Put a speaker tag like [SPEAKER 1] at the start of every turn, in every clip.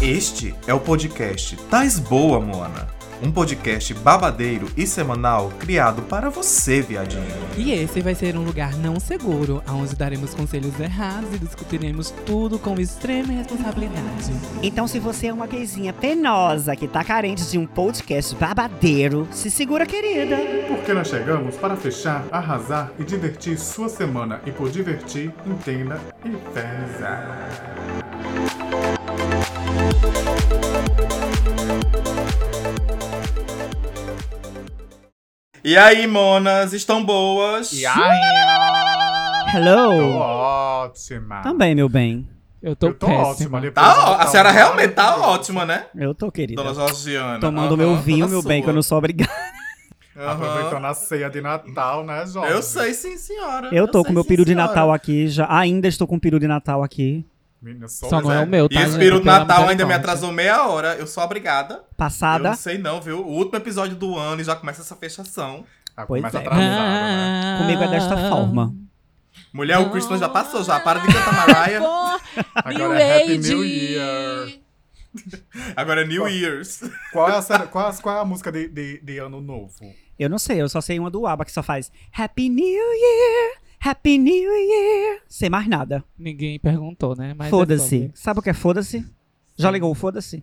[SPEAKER 1] Este é o podcast Tais Boa, Moana. Um podcast babadeiro e semanal criado para você, viadinho.
[SPEAKER 2] E esse vai ser um lugar não seguro, onde daremos conselhos errados e discutiremos tudo com extrema responsabilidade.
[SPEAKER 3] Então, se você é uma gayzinha penosa que tá carente de um podcast babadeiro, se segura, querida.
[SPEAKER 4] Porque nós chegamos para fechar, arrasar e divertir sua semana. E por divertir, entenda e pesa.
[SPEAKER 1] E aí, monas, estão boas?
[SPEAKER 4] E aí? Tô
[SPEAKER 3] Hello.
[SPEAKER 4] ótima.
[SPEAKER 3] Também, meu bem.
[SPEAKER 2] Eu tô,
[SPEAKER 4] Eu tô
[SPEAKER 2] péssima.
[SPEAKER 4] ótima. Depois
[SPEAKER 1] Tá
[SPEAKER 4] eu vou
[SPEAKER 1] ó, a
[SPEAKER 4] botar
[SPEAKER 1] senhora
[SPEAKER 4] um-
[SPEAKER 1] realmente tá ótima, né?
[SPEAKER 3] Eu tô, querida.
[SPEAKER 2] Uhum.
[SPEAKER 1] Dona Georgiana.
[SPEAKER 3] Tomando
[SPEAKER 1] Aham,
[SPEAKER 3] meu vinho,
[SPEAKER 1] toda
[SPEAKER 3] meu bem,
[SPEAKER 1] sua.
[SPEAKER 3] que eu não sou obrigada.
[SPEAKER 1] Aham.
[SPEAKER 4] Aproveitando a ceia de Natal, né, Jorge?
[SPEAKER 1] Eu sei sim, senhora.
[SPEAKER 3] Eu tô
[SPEAKER 1] sei,
[SPEAKER 3] com meu
[SPEAKER 1] sim,
[SPEAKER 3] peru de
[SPEAKER 1] senhora.
[SPEAKER 3] Natal aqui, já. Ainda estou com o peru de Natal aqui.
[SPEAKER 4] Menina, sou
[SPEAKER 2] Só não é o meu, tá?
[SPEAKER 1] E esse
[SPEAKER 2] gente?
[SPEAKER 1] peru do
[SPEAKER 2] Pela
[SPEAKER 1] Natal ainda me
[SPEAKER 2] misericórdia.
[SPEAKER 1] atrasou meia hora. Eu sou obrigada. Eu
[SPEAKER 3] Passada.
[SPEAKER 1] não sei não, viu? O último episódio do ano e já começa essa fechação.
[SPEAKER 4] Ah,
[SPEAKER 3] Pois
[SPEAKER 4] começa
[SPEAKER 3] é.
[SPEAKER 4] atrasado,
[SPEAKER 2] Ah,
[SPEAKER 4] né?
[SPEAKER 3] Comigo é desta forma.
[SPEAKER 1] Mulher, o Christmas já passou já. Para de cantar Mariah.
[SPEAKER 4] Agora é Happy New Year.
[SPEAKER 1] Agora é New Year's.
[SPEAKER 4] Qual é a, cena- qual é- qual é a música de, de- de ano novo?
[SPEAKER 3] Eu não sei, eu só sei uma do ABBA que só faz Happy New Year, Happy New Year. Sem mais nada.
[SPEAKER 2] Ninguém perguntou, né? Mas é
[SPEAKER 3] Foda-se.
[SPEAKER 2] sobre.
[SPEAKER 3] Sabe o que é foda-se? Já ligou o foda-se?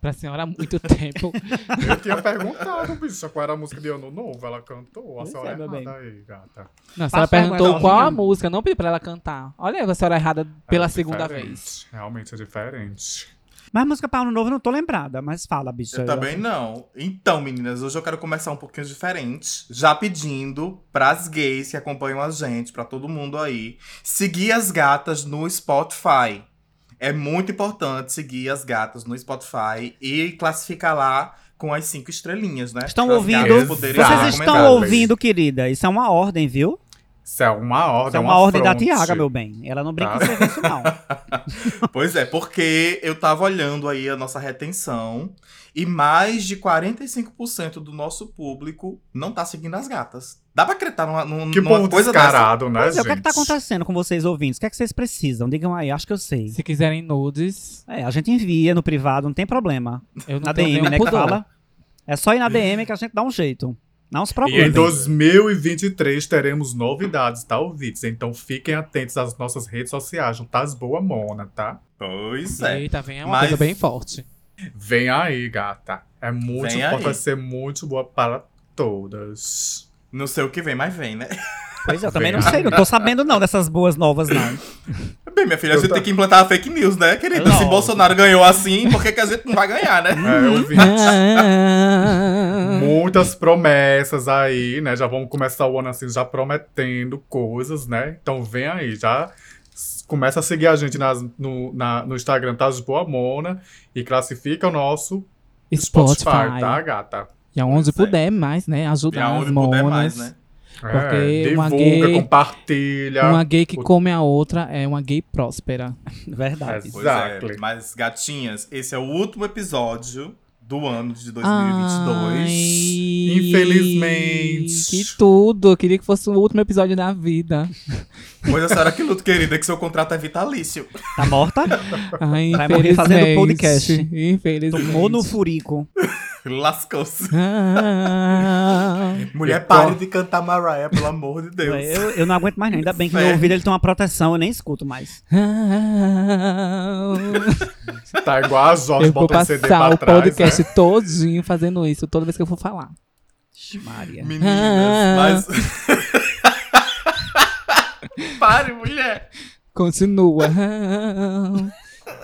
[SPEAKER 2] Pra senhora há muito tempo.
[SPEAKER 4] Eu tinha perguntado, bicho, qual era a música de ano novo. Ela cantou. A
[SPEAKER 3] Pois
[SPEAKER 4] senhora
[SPEAKER 3] é, meu
[SPEAKER 4] errada
[SPEAKER 3] bem.
[SPEAKER 4] aí, gata.
[SPEAKER 2] Não, a senhora
[SPEAKER 3] Passa a
[SPEAKER 2] perguntou
[SPEAKER 3] guardar
[SPEAKER 2] qual
[SPEAKER 3] um
[SPEAKER 2] a música. Não pedi pra ela cantar. Olha a senhora errada pela
[SPEAKER 4] É
[SPEAKER 2] segunda
[SPEAKER 4] diferente,
[SPEAKER 2] vez.
[SPEAKER 4] Realmente é diferente.
[SPEAKER 3] Mas música pra ano novo eu não tô lembrada, mas fala, bicho.
[SPEAKER 1] Eu também não. Então, meninas, hoje eu quero começar um pouquinho diferente. Já pedindo pras gays que acompanham a gente, pra todo mundo aí, seguir as gatas no Spotify. É muito importante seguir as gatas no Spotify e classificar lá com as cinco estrelinhas, né?
[SPEAKER 3] Estão
[SPEAKER 1] Pras
[SPEAKER 3] ouvindo?
[SPEAKER 1] gatas poderem
[SPEAKER 4] Tá,
[SPEAKER 3] Vocês
[SPEAKER 1] ser
[SPEAKER 3] estão
[SPEAKER 1] recomendadas.
[SPEAKER 3] ouvindo, querida? Isso é uma ordem, viu?
[SPEAKER 4] Isso é uma
[SPEAKER 3] Isso
[SPEAKER 4] ordem,
[SPEAKER 3] é uma, ordem da Tiaga, meu bem. Ela não brinca
[SPEAKER 4] Tá.
[SPEAKER 3] com serviço, não.
[SPEAKER 1] Pois é, porque eu tava olhando aí a nossa retenção e mais de 45% do nosso público não tá seguindo as gatas. Dá pra acreditar numa, num-
[SPEAKER 4] Que
[SPEAKER 1] numa
[SPEAKER 4] povo
[SPEAKER 1] coisa dessa?
[SPEAKER 4] descarado, né,
[SPEAKER 3] Pois é,
[SPEAKER 4] gente?
[SPEAKER 3] o que é que tá acontecendo com vocês ouvintes? O que é que vocês precisam? Digam aí, acho que eu sei.
[SPEAKER 2] Se quiserem nudes,
[SPEAKER 3] É, a gente envia no privado, não tem problema.
[SPEAKER 2] eu não
[SPEAKER 3] Na
[SPEAKER 2] tenho
[SPEAKER 3] DM,
[SPEAKER 2] nenhum
[SPEAKER 3] né, que
[SPEAKER 2] pudor.
[SPEAKER 3] fala. É só ir na DM que a gente dá um jeito. Não se
[SPEAKER 4] E em
[SPEAKER 3] preocupe.
[SPEAKER 4] 2023 teremos novidades, tá, ouvintes? Então fiquem atentos às nossas redes sociais, não tá as boa mona, tá?
[SPEAKER 1] Pois é.
[SPEAKER 2] Eita, vem é uma
[SPEAKER 1] Mas-
[SPEAKER 2] coisa bem forte.
[SPEAKER 4] Vem aí, gata. É muito
[SPEAKER 1] Vem
[SPEAKER 4] importante,
[SPEAKER 1] aí.
[SPEAKER 4] vai ser muito boa para todas.
[SPEAKER 1] Não sei o que vem, mas vem, né?
[SPEAKER 3] Pois é, eu também não sei, não tô sabendo não dessas boas novas, não.
[SPEAKER 1] Bem, minha filha, a
[SPEAKER 4] Eu
[SPEAKER 1] gente
[SPEAKER 4] tô-
[SPEAKER 1] tem que implantar a fake news, né, querida? Se
[SPEAKER 3] Não.
[SPEAKER 1] Bolsonaro ganhou assim, por que, que a gente não vai ganhar, né?
[SPEAKER 3] Hum.
[SPEAKER 4] É, ouvintes.
[SPEAKER 3] Ah.
[SPEAKER 4] Muitas promessas aí, né? Já vamos começar o ano assim, já prometendo coisas, né? Então vem aí, já s- começa a seguir a gente nas- no, na- no Instagram, tá? As Boa Mona e classifica o nosso Spotify,
[SPEAKER 2] Spotify.
[SPEAKER 4] tá, gata?
[SPEAKER 2] E aonde
[SPEAKER 1] Pois é.
[SPEAKER 2] puder mais, né? Ajudar
[SPEAKER 1] E aonde
[SPEAKER 2] as
[SPEAKER 1] puder mais,
[SPEAKER 2] monas.
[SPEAKER 1] né?
[SPEAKER 4] é,
[SPEAKER 2] Porque uma
[SPEAKER 4] divulga,
[SPEAKER 2] gay-
[SPEAKER 4] compartilha.
[SPEAKER 2] Uma gay que
[SPEAKER 4] O-
[SPEAKER 2] come a outra é uma gay próspera.
[SPEAKER 3] Verdade.
[SPEAKER 4] É,
[SPEAKER 1] Pois é.
[SPEAKER 4] Exactly.
[SPEAKER 1] Mas, gatinhas, esse é o último episódio do ano de 2022.
[SPEAKER 2] Ai,
[SPEAKER 4] Infelizmente.
[SPEAKER 2] Que tudo. Eu queria que fosse o último episódio da vida.
[SPEAKER 1] Pois a senhora que luta, querida, que seu contrato é vitalício.
[SPEAKER 3] Tá morta?
[SPEAKER 2] Ai,
[SPEAKER 3] Vai morrer
[SPEAKER 2] infelizmente.
[SPEAKER 3] fazendo podcast.
[SPEAKER 2] Infelizmente.
[SPEAKER 3] Tomou no furico.
[SPEAKER 1] Lascou-se.
[SPEAKER 2] Ah,
[SPEAKER 1] Mulher,
[SPEAKER 4] Eu
[SPEAKER 1] pare
[SPEAKER 4] tô-
[SPEAKER 1] de cantar Mariah, pelo amor de Deus.
[SPEAKER 3] É, Eu, eu não aguento mais, não. Ainda bem que meu
[SPEAKER 1] É.
[SPEAKER 3] ouvido ele tem uma proteção, eu nem escuto mais.
[SPEAKER 2] ah.
[SPEAKER 4] Tá igual a Jorge
[SPEAKER 2] eu vou
[SPEAKER 4] bota CD
[SPEAKER 2] passar
[SPEAKER 4] pra
[SPEAKER 2] o
[SPEAKER 4] trás. né?
[SPEAKER 2] podcast todinho fazendo isso, toda vez que eu for falar.
[SPEAKER 3] Ixi, Maria.
[SPEAKER 1] Meninas, mas. pare, mulher.
[SPEAKER 2] Continua.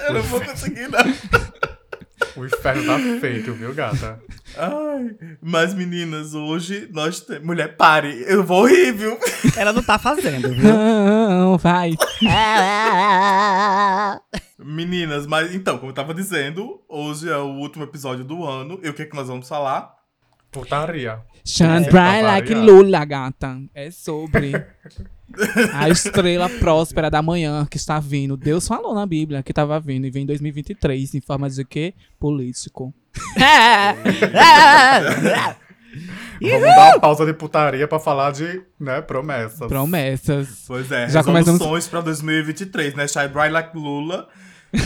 [SPEAKER 1] Eu não vou conseguir, não.
[SPEAKER 4] né? O inferno tá feito, viu, gata?
[SPEAKER 1] Ai, mas, meninas, hoje nós temos. Mulher, pare. Eu vou rir, viu?
[SPEAKER 3] Ela não tá fazendo, viu?
[SPEAKER 2] Não, vai.
[SPEAKER 1] Meninas, mas então, como eu tava dizendo, hoje é o último episódio do ano. E o que, é que nós vamos falar?
[SPEAKER 4] Putaria.
[SPEAKER 2] Shine
[SPEAKER 4] Você
[SPEAKER 2] bright
[SPEAKER 4] tá
[SPEAKER 2] like
[SPEAKER 4] variado.
[SPEAKER 2] Lula, gata. É sobre a estrela próspera da manhã que está vindo. Deus falou na Bíblia que estava vindo e vem em 2023 em forma de quê? Político.
[SPEAKER 4] Vamos dar uma pausa de putaria pra falar de, né, promessas.
[SPEAKER 2] Promessas.
[SPEAKER 1] Pois é,
[SPEAKER 2] Já
[SPEAKER 1] resoluções
[SPEAKER 2] começamos-
[SPEAKER 1] pra 2023, né? Shy Bright Like Lula.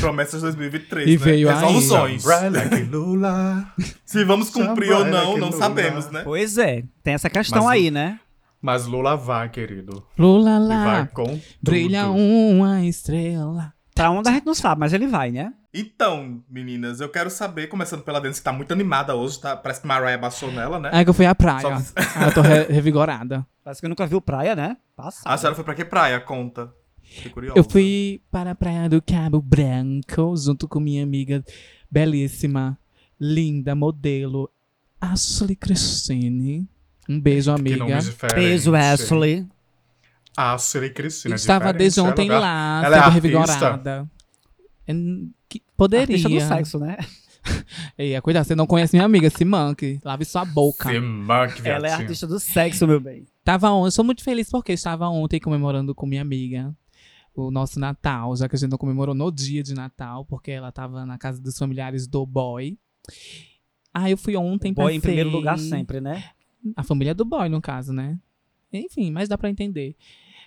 [SPEAKER 1] Promessas 2023,
[SPEAKER 2] E
[SPEAKER 1] né?
[SPEAKER 2] veio aí.
[SPEAKER 1] Resoluções.
[SPEAKER 4] like Lula.
[SPEAKER 1] Se vamos cumprir ou não,
[SPEAKER 4] Umbrella
[SPEAKER 1] não
[SPEAKER 4] que
[SPEAKER 1] sabemos,
[SPEAKER 4] não
[SPEAKER 1] né?
[SPEAKER 3] Pois é, tem essa questão
[SPEAKER 4] Mas-
[SPEAKER 3] aí, né?
[SPEAKER 4] Mas Lula vai, querido.
[SPEAKER 2] Lula
[SPEAKER 4] Ele
[SPEAKER 2] lá,
[SPEAKER 4] vai com
[SPEAKER 2] brilha um
[SPEAKER 4] tudo.
[SPEAKER 2] uma estrela.
[SPEAKER 3] Pra onde a gente não sabe, mas ele vai, né?
[SPEAKER 1] Então, meninas, eu quero saber, começando pela Dance, que tá muito animada hoje, tá? Parece que Mariah baixou nela, né?
[SPEAKER 2] Aí É que eu fui à praia.
[SPEAKER 1] Só-
[SPEAKER 2] Ah, eu tô re- revigorada.
[SPEAKER 3] Parece que eu nunca viu praia, né? Passado.
[SPEAKER 1] A senhora foi pra que praia? Conta. Fiquei curiosa.
[SPEAKER 2] Eu fui para a praia do Cabo Branco junto com minha amiga belíssima, linda, modelo, Ashley Christine. Um beijo,
[SPEAKER 4] Que
[SPEAKER 2] amiga.
[SPEAKER 4] nome diferente.
[SPEAKER 3] Beijo, Ashley.
[SPEAKER 4] Ashley Cristina.
[SPEAKER 2] Estava
[SPEAKER 4] diferente. é
[SPEAKER 2] desde ontem
[SPEAKER 4] Ela-
[SPEAKER 2] lá,
[SPEAKER 4] ela é
[SPEAKER 2] sendo
[SPEAKER 4] artista?
[SPEAKER 2] revigorada. Eu n- que- poderia.
[SPEAKER 3] Artista do sexo, né?
[SPEAKER 2] Ei, é, cuidado, você não conhece minha amiga, se manque. Lave sua boca.
[SPEAKER 4] Se manque, viadinho.
[SPEAKER 3] Ela é artista do sexo, meu bem.
[SPEAKER 2] Tava ontem, sou muito feliz porque estava ontem comemorando com minha amiga o nosso Natal, já que a gente não comemorou no dia de Natal, porque ela tava na casa dos familiares do boy. Aí eu fui ontem
[SPEAKER 3] Boy em
[SPEAKER 2] passei-
[SPEAKER 3] primeiro lugar sempre, né?
[SPEAKER 2] A família do boy, no caso, né? Enfim, mas dá pra entender.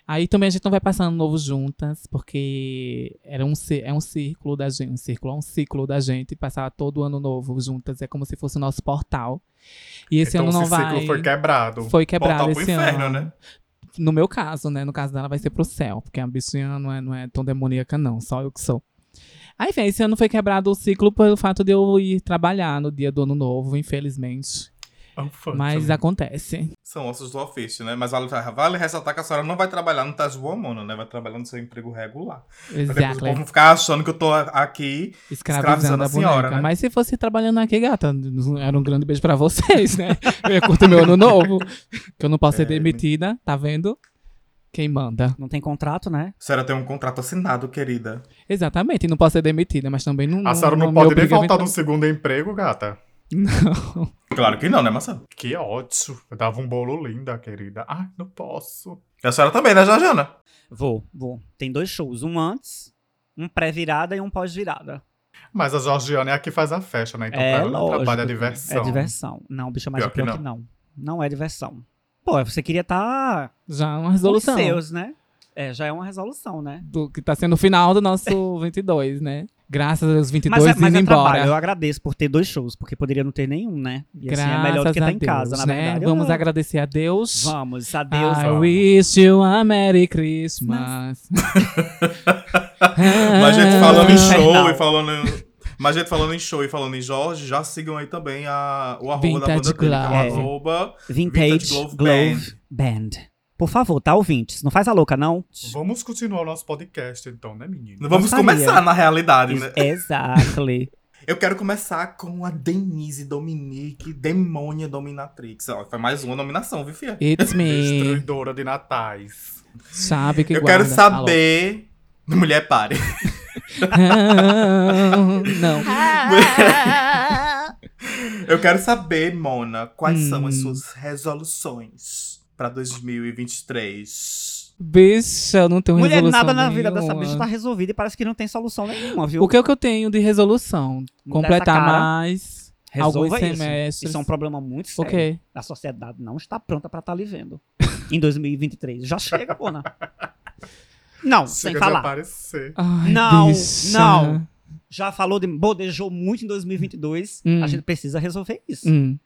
[SPEAKER 2] Aí também a gente não vai passar ano novo juntas, porque era um, ci- é um círculo da gente, um círculo, é um ciclo da gente passar todo ano novo juntas, é como se fosse o nosso portal. E esse
[SPEAKER 4] então,
[SPEAKER 2] ano não
[SPEAKER 4] esse
[SPEAKER 2] vai.
[SPEAKER 4] ciclo foi quebrado.
[SPEAKER 2] Foi quebrado
[SPEAKER 1] Portal pro
[SPEAKER 2] esse
[SPEAKER 1] inferno,
[SPEAKER 2] ano.
[SPEAKER 1] né?
[SPEAKER 2] No meu caso, né? No caso dela, vai ser pro céu, porque a bichinha não é, não é tão demoníaca, não. Só eu que sou. Aí, enfim, esse ano foi quebrado o ciclo pelo fato de eu ir trabalhar no dia do ano novo, infelizmente. Mas
[SPEAKER 4] a...
[SPEAKER 2] acontece.
[SPEAKER 1] São ossos do ofício, né? Mas vale, vale ressaltar que a senhora não vai trabalhar no Tasboamona, né? Vai trabalhar no seu emprego regular. Pra depois o
[SPEAKER 4] é.
[SPEAKER 1] povo
[SPEAKER 2] Exactly.
[SPEAKER 1] não ficar achando que eu tô aqui.
[SPEAKER 2] Escravizando
[SPEAKER 1] escravizando
[SPEAKER 2] a
[SPEAKER 1] a senhora,
[SPEAKER 2] boneca.
[SPEAKER 1] né?
[SPEAKER 2] Mas se fosse trabalhando aqui, gata, não- era um grande beijo pra vocês, né? Eu ia curtir meu ano novo. Que eu não posso ser
[SPEAKER 1] É, me-
[SPEAKER 2] demitida, tá vendo? Quem manda.
[SPEAKER 3] Não tem contrato, né?
[SPEAKER 1] A senhora tem um contrato assinado, querida.
[SPEAKER 2] Exatamente, e não posso ser demitida, mas também não.
[SPEAKER 4] a Sarah não,
[SPEAKER 2] me
[SPEAKER 4] pode nem
[SPEAKER 2] obriga a
[SPEAKER 4] voltar
[SPEAKER 2] entrar-
[SPEAKER 4] do segundo emprego, gata.
[SPEAKER 1] Claro que não, né, maçã?
[SPEAKER 4] Que ótimo. Eu dava um bolo linda, querida. Ai, não posso.
[SPEAKER 1] E a senhora também, né, Jorjana?
[SPEAKER 3] Vou, vou. Tem dois shows, um antes, um pré-virada e um pós-virada.
[SPEAKER 4] Mas a Georgiana é a que faz a festa, né? Então
[SPEAKER 3] é,
[SPEAKER 4] pra ela não
[SPEAKER 3] lógico.
[SPEAKER 4] trabalha a
[SPEAKER 3] É
[SPEAKER 4] diversão.
[SPEAKER 3] diversão. Não, bicho, mas
[SPEAKER 1] Pior
[SPEAKER 3] pior, pior
[SPEAKER 1] que
[SPEAKER 3] que não. não. é diversão. Pô, você queria estar tá
[SPEAKER 2] Já é uma
[SPEAKER 3] com os
[SPEAKER 2] resolução.
[SPEAKER 3] seus, né? É, já é uma resolução, né?
[SPEAKER 2] do que tá sendo o final do nosso 22, né? Graças aos 22
[SPEAKER 3] Mas, é, mas
[SPEAKER 2] indo
[SPEAKER 3] é
[SPEAKER 2] embora.
[SPEAKER 3] trabalho. Eu agradeço por ter dois shows, porque poderia não ter nenhum, né? E assim é melhor do
[SPEAKER 2] Graças
[SPEAKER 3] que estar
[SPEAKER 2] a
[SPEAKER 3] em casa,
[SPEAKER 2] Deus,
[SPEAKER 3] na
[SPEAKER 2] né?
[SPEAKER 3] verdade.
[SPEAKER 2] Vamos
[SPEAKER 3] Ah,
[SPEAKER 2] agradecer a Deus.
[SPEAKER 3] Vamos, adeus.
[SPEAKER 2] I
[SPEAKER 4] vamos.
[SPEAKER 2] wish you a Merry Christmas.
[SPEAKER 1] Mas a gente falando em
[SPEAKER 3] Ah.
[SPEAKER 1] show
[SPEAKER 3] Infernal.
[SPEAKER 1] e falando. em- Mas a gente falando em show e falando em Jorge, já sigam aí também a, o arroba da banda
[SPEAKER 2] Vintage
[SPEAKER 1] dele, que é o
[SPEAKER 2] Glove.
[SPEAKER 1] arroba
[SPEAKER 3] Vintage,
[SPEAKER 1] Vintage Glove
[SPEAKER 3] Glove, Band. Por favor, tá ouvintes? Não faz a louca, não.
[SPEAKER 4] Vamos continuar o nosso podcast, então, né, menina?
[SPEAKER 1] Vamos
[SPEAKER 3] Gostaria.
[SPEAKER 1] começar, na realidade, né?
[SPEAKER 3] Exactly.
[SPEAKER 1] Eu quero começar com a Denise Dominique, Demônia Dominatrix. Ó, foi mais uma nominação, viu, Fia?
[SPEAKER 2] It's me.
[SPEAKER 4] Destruidora de natais.
[SPEAKER 2] Sabe que
[SPEAKER 1] Eu
[SPEAKER 2] guarda. Tá
[SPEAKER 1] quero saber. Mulher pare.
[SPEAKER 2] Alô. Não.
[SPEAKER 1] Eu quero saber, Mona, quais são as
[SPEAKER 2] Hum.
[SPEAKER 1] suas resoluções pra 2023?
[SPEAKER 2] Bicha, eu não tenho
[SPEAKER 3] Mulher,
[SPEAKER 2] resolução
[SPEAKER 3] nada na vida dessa
[SPEAKER 2] nenhuma.
[SPEAKER 3] bicha tá resolvida e parece que não tem solução nenhuma, viu?
[SPEAKER 2] O que é que eu tenho de resolução?
[SPEAKER 3] Mudar essa
[SPEAKER 2] Completar
[SPEAKER 3] cara.
[SPEAKER 2] mais alguns
[SPEAKER 3] Resolva isso.
[SPEAKER 2] semestres.
[SPEAKER 3] Isso é um problema muito sério.
[SPEAKER 2] Ok.
[SPEAKER 3] A sociedade não está pronta pra estar lhe vendo. Em 2023. Já chega, Bona. Não, sem
[SPEAKER 4] Chega de
[SPEAKER 3] falar.
[SPEAKER 4] aparecer.
[SPEAKER 2] Ai,
[SPEAKER 3] Não,
[SPEAKER 2] bicha.
[SPEAKER 3] não. Já falou de. Bodejou muito em 2022.
[SPEAKER 2] Hum.
[SPEAKER 3] A gente precisa resolver isso.
[SPEAKER 2] Hum.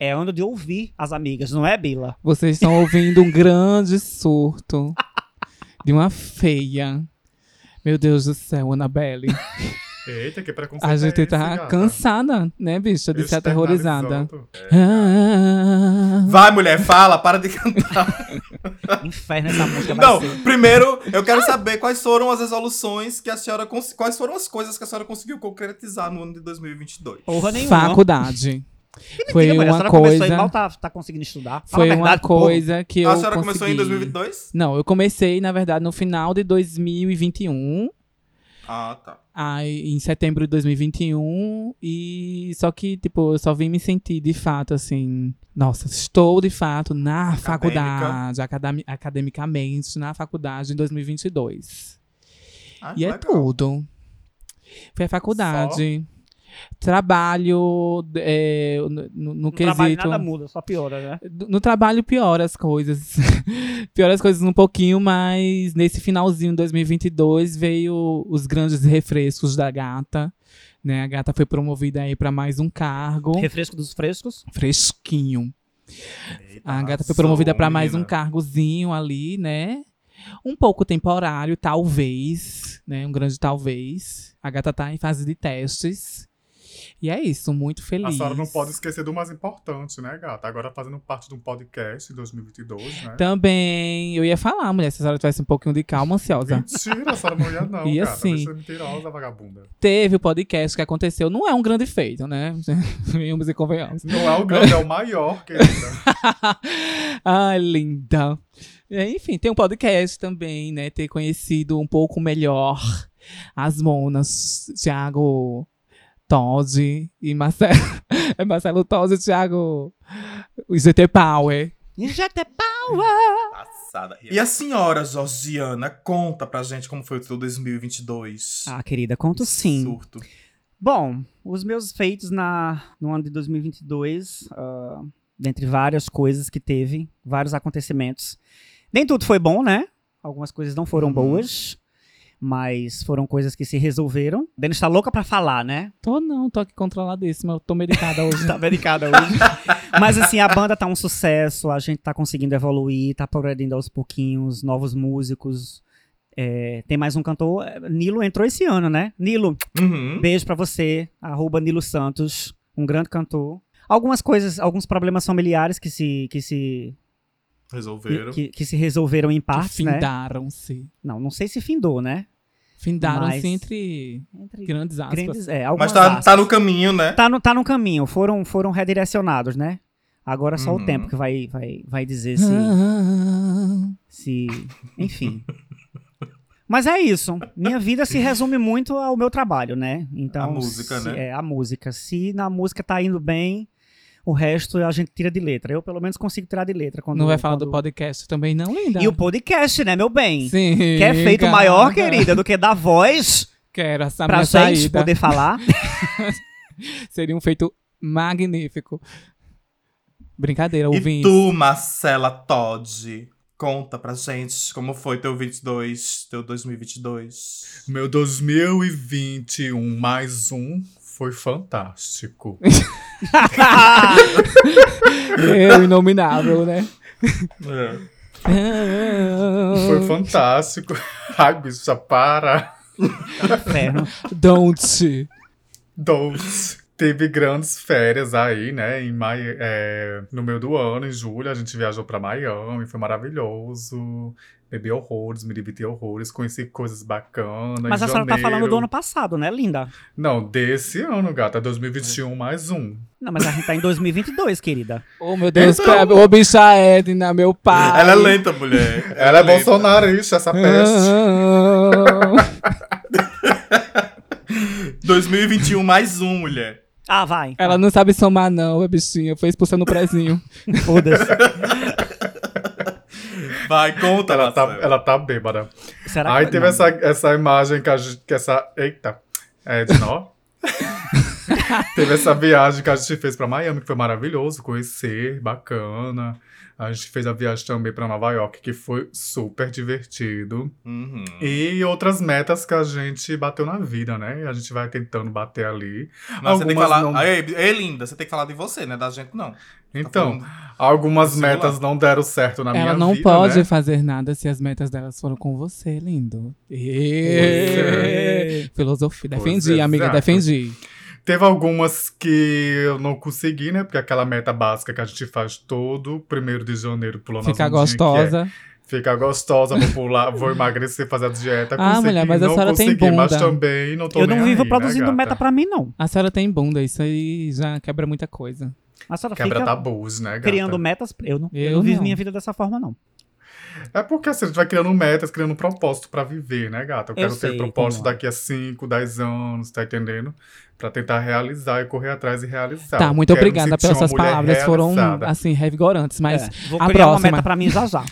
[SPEAKER 3] É ano de ouvir as amigas, não é, Bila?
[SPEAKER 2] Vocês estão ouvindo um grande surto de uma feia. Meu Deus do céu, Annabelle.
[SPEAKER 4] Eita, que preconceito.
[SPEAKER 2] A gente
[SPEAKER 4] é esse,
[SPEAKER 2] tá
[SPEAKER 4] gata?
[SPEAKER 2] cansada, né, bicha, de ser aterrorizada.
[SPEAKER 4] Externalizando.
[SPEAKER 1] É.
[SPEAKER 2] Ah,
[SPEAKER 1] Vai, mulher, fala, para de cantar.
[SPEAKER 3] Inferno essa música vai
[SPEAKER 1] Não,
[SPEAKER 3] ser.
[SPEAKER 1] primeiro eu
[SPEAKER 2] Ah!
[SPEAKER 1] quero saber quais foram as resoluções que a senhora. cons- Quais foram as coisas que a senhora conseguiu concretizar no ano de 2022?
[SPEAKER 3] Porra nenhuma.
[SPEAKER 2] faculdade.
[SPEAKER 3] Que
[SPEAKER 2] Foi
[SPEAKER 3] mentira, mulher. a
[SPEAKER 2] uma
[SPEAKER 3] senhora começou e mal
[SPEAKER 2] coisa.
[SPEAKER 3] tá, tá conseguindo estudar. Fala
[SPEAKER 2] Foi uma
[SPEAKER 3] a verdade, porra.
[SPEAKER 2] coisa que eu.
[SPEAKER 1] a senhora começou em
[SPEAKER 2] consegui.
[SPEAKER 1] 2022?
[SPEAKER 2] Não, eu comecei, na verdade, no final de 2021.
[SPEAKER 1] Ah, tá.
[SPEAKER 2] Aí, em setembro de 2021, e só que, tipo, eu só vim me sentir de fato assim. Nossa, estou de fato na faculdade, acadami- academicamente, na faculdade em 2022.
[SPEAKER 1] Ah,
[SPEAKER 2] e é
[SPEAKER 1] legal.
[SPEAKER 2] tudo. Foi a faculdade. trabalho, é, no, no- no
[SPEAKER 5] No trabalho
[SPEAKER 2] quesito.
[SPEAKER 5] nada muda, só piora, né?
[SPEAKER 2] Do- No trabalho piora as coisas. piora as coisas um pouquinho, mas nesse finalzinho de 2022 veio os grandes refrescos da gata. Né? A gata foi promovida aí para mais um cargo.
[SPEAKER 5] Refresco dos frescos.
[SPEAKER 2] Fresquinho.
[SPEAKER 4] É,
[SPEAKER 1] Eita,
[SPEAKER 2] A gata foi
[SPEAKER 1] arrasou,
[SPEAKER 2] promovida para mais um
[SPEAKER 1] menina.
[SPEAKER 2] cargozinho ali, né? Um pouco temporário, talvez, né? Um grande talvez. A gata tá em fase de testes. E é isso, muito feliz.
[SPEAKER 4] A senhora não pode esquecer do mais importante, né, gata? Agora fazendo parte de um podcast em 2022, né?
[SPEAKER 2] Também, eu ia falar, mulher, se a senhora tivesse um pouquinho de calma, ansiosa.
[SPEAKER 4] Mentira, a senhora não ia não,
[SPEAKER 2] E
[SPEAKER 4] gata.
[SPEAKER 2] assim-
[SPEAKER 4] Deixa de mentirosa, vagabunda.
[SPEAKER 2] Teve o podcast que aconteceu, não é um grande feito, né? Venhamos e convenhamos.
[SPEAKER 4] Não é o grande, é o maior, querida.
[SPEAKER 2] Ai, linda. É, Enfim, tem um podcast também, né? Ter conhecido um pouco melhor as monas, Thiago Todd e Marcelo. É Marcelo Todd e Thiago. O ZT Power.
[SPEAKER 3] Injeta
[SPEAKER 1] Passada. E a senhora Georgiana conta pra gente como foi o seu 2022.
[SPEAKER 3] Ah, querida, conto sim.
[SPEAKER 1] Surto.
[SPEAKER 3] Bom, os meus feitos na, no ano de 2022, ah, dentre várias coisas que teve, vários acontecimentos. Nem tudo foi bom, né? Algumas coisas não foram
[SPEAKER 1] Uhum.
[SPEAKER 3] boas, mas foram coisas que se resolveram. Dani está louca pra falar, né?
[SPEAKER 2] Tô não, tô aqui controladíssima, eu tô medicada hoje.
[SPEAKER 3] Tá medicada hoje. mas assim, a banda tá um sucesso, a gente tá conseguindo evoluir, tá progredindo aos pouquinhos, novos músicos. É, tem mais um cantor, eh, Nilo entrou esse ano, né? Nilo,
[SPEAKER 1] Uhum.
[SPEAKER 3] Beijo pra você, arroba Nilo Santos, um grande cantor. Algumas coisas, alguns problemas familiares que se que se
[SPEAKER 1] Resolveram.
[SPEAKER 3] que, que se resolveram em parte, né?
[SPEAKER 2] Ah, Findaram-se.
[SPEAKER 3] Não, não sei se findou, né?
[SPEAKER 2] Findaram-se
[SPEAKER 3] Mas-
[SPEAKER 2] entre
[SPEAKER 3] Entre
[SPEAKER 2] grandes aspas.
[SPEAKER 3] grandes, é,
[SPEAKER 1] Mas
[SPEAKER 3] algumas
[SPEAKER 1] tá,
[SPEAKER 3] aspas.
[SPEAKER 1] tá no caminho, né?
[SPEAKER 3] tá no tá no caminho, foram foram redirecionados, né? Agora só
[SPEAKER 1] Uhum.
[SPEAKER 3] o tempo que vai vai vai dizer se
[SPEAKER 2] Ah,
[SPEAKER 3] se enfim. Mas é isso. Minha vida se resume muito ao meu trabalho, né? Então,
[SPEAKER 1] A música,
[SPEAKER 3] se-
[SPEAKER 1] né?
[SPEAKER 3] É, a música. Se na música tá indo bem, o resto a gente tira de letra. Eu, pelo menos, consigo tirar de letra. Quando,
[SPEAKER 2] não vai falar
[SPEAKER 3] quando-
[SPEAKER 2] do podcast também, não, linda?
[SPEAKER 3] E o podcast, né, meu bem?
[SPEAKER 2] Sim.
[SPEAKER 3] Que é feito
[SPEAKER 2] gata.
[SPEAKER 3] maior, querida, do que dar voz
[SPEAKER 2] Quero essa
[SPEAKER 3] pra
[SPEAKER 2] minha
[SPEAKER 3] gente
[SPEAKER 2] saída.
[SPEAKER 3] poder falar.
[SPEAKER 2] Seria um feito magnífico. Brincadeira,
[SPEAKER 1] E
[SPEAKER 2] ouvinte.
[SPEAKER 1] tu, Marcela Todd, conta pra gente como foi teu 22, teu 2022.
[SPEAKER 4] Meu 2021 mais um foi fantástico.
[SPEAKER 2] Hum. Eu, inominável, né?
[SPEAKER 1] É.
[SPEAKER 4] Foi fantástico. Ai, bicha, para.
[SPEAKER 3] Inferno.
[SPEAKER 2] Don't.
[SPEAKER 4] Doce. Teve grandes férias aí, né? Em mai... é, No meio do ano, em julho, a gente viajou pra Miami, foi maravilhoso. Bebi horrores, me diverti horrores, conheci coisas bacanas. em
[SPEAKER 3] Mas a senhora tá falando do
[SPEAKER 4] janeiro.
[SPEAKER 3] ano passado, né, linda?
[SPEAKER 4] Não, desse ano, gata. 2021 mais um.
[SPEAKER 3] Não, mas a gente tá em 2022, querida.
[SPEAKER 2] Oh, meu Deus,
[SPEAKER 4] Então-
[SPEAKER 2] pra... ô bicha Edna, meu pai.
[SPEAKER 1] Ela é lenta, mulher.
[SPEAKER 4] Ela é
[SPEAKER 1] lenta.
[SPEAKER 4] bolsonarista, essa peste.
[SPEAKER 2] Ah,
[SPEAKER 1] 2021 mais um, mulher.
[SPEAKER 3] Ah, vai.
[SPEAKER 2] Ela não sabe somar, não, a bichinha. Foi expulsa no prezinho.
[SPEAKER 3] Foda-se.
[SPEAKER 1] Vai, conta,
[SPEAKER 4] Ela tá,
[SPEAKER 1] Marcela.
[SPEAKER 4] ela tá bêbada.
[SPEAKER 3] Será que
[SPEAKER 4] Aí
[SPEAKER 3] foi-
[SPEAKER 4] teve
[SPEAKER 3] não.
[SPEAKER 4] essa, essa imagem que a gente. Que essa, eita! É de nó. teve essa viagem que a gente fez pra Miami, que foi maravilhoso, conhecer, bacana. A gente fez a viagem também pra Nova York, que foi super divertido.
[SPEAKER 1] Uhum.
[SPEAKER 4] E outras metas que a gente bateu na vida, né? A gente vai tentando bater ali.
[SPEAKER 1] Não, você tem que
[SPEAKER 4] Algumas
[SPEAKER 1] falar. tá
[SPEAKER 4] não-
[SPEAKER 1] Ei, ei, linda, você tem que falar de você, né? Da gente, não. Tá
[SPEAKER 4] Então,
[SPEAKER 1] falando-
[SPEAKER 4] algumas
[SPEAKER 1] Sei lá.
[SPEAKER 4] metas não deram certo na minha
[SPEAKER 2] Ela
[SPEAKER 4] vida.
[SPEAKER 2] não pode
[SPEAKER 4] né?
[SPEAKER 2] fazer nada se as metas delas foram com você, lindo.
[SPEAKER 4] é.
[SPEAKER 2] Filosofia.
[SPEAKER 4] Pois
[SPEAKER 2] Defendi,
[SPEAKER 4] é,
[SPEAKER 2] amiga,
[SPEAKER 4] exato.
[SPEAKER 2] defendi.
[SPEAKER 4] Teve algumas que eu não consegui, né? Porque aquela meta básica que a gente faz todo primeiro de janeiro pulando
[SPEAKER 2] Ficar
[SPEAKER 4] as ondinhas, que
[SPEAKER 2] gostosa.
[SPEAKER 4] É, ficar gostosa, vou pular, vou emagrecer, fazer a dieta.
[SPEAKER 2] Ah,
[SPEAKER 4] consegui,
[SPEAKER 2] mulher, mas a
[SPEAKER 4] não
[SPEAKER 2] senhora tem
[SPEAKER 4] consegui, Mas
[SPEAKER 2] bunda.
[SPEAKER 4] também não tô
[SPEAKER 3] Eu
[SPEAKER 4] nem
[SPEAKER 3] não vivo
[SPEAKER 4] aí,
[SPEAKER 3] produzindo
[SPEAKER 4] né,
[SPEAKER 3] meta
[SPEAKER 4] gata?
[SPEAKER 3] pra mim, não.
[SPEAKER 2] A senhora tem bunda, isso aí já quebra muita coisa.
[SPEAKER 3] A senhora
[SPEAKER 4] Quebra
[SPEAKER 3] fica
[SPEAKER 4] tabus, né, gata?
[SPEAKER 3] criando metas. Eu não, eu
[SPEAKER 2] Eu
[SPEAKER 3] não vivo
[SPEAKER 2] não.
[SPEAKER 3] minha vida dessa forma, não.
[SPEAKER 4] É porque assim, a gente vai criando metas, criando um propósito pra viver, né, gata? Eu,
[SPEAKER 5] Eu
[SPEAKER 4] quero
[SPEAKER 5] sei
[SPEAKER 4] ter propósito
[SPEAKER 5] como é.
[SPEAKER 4] daqui a 5, 10 anos, tá entendendo? Pra tentar realizar e correr atrás e realizar.
[SPEAKER 2] Tá, muito
[SPEAKER 4] Então, Quero me
[SPEAKER 2] obrigada
[SPEAKER 4] sentir
[SPEAKER 2] pelas
[SPEAKER 4] uma
[SPEAKER 2] suas
[SPEAKER 4] mulher
[SPEAKER 2] palavras. Foram,
[SPEAKER 4] realizada.
[SPEAKER 2] assim, revigorantes. Mas
[SPEAKER 3] É, vou
[SPEAKER 2] a
[SPEAKER 3] criar uma
[SPEAKER 2] próxima.
[SPEAKER 3] meta pra mim já já.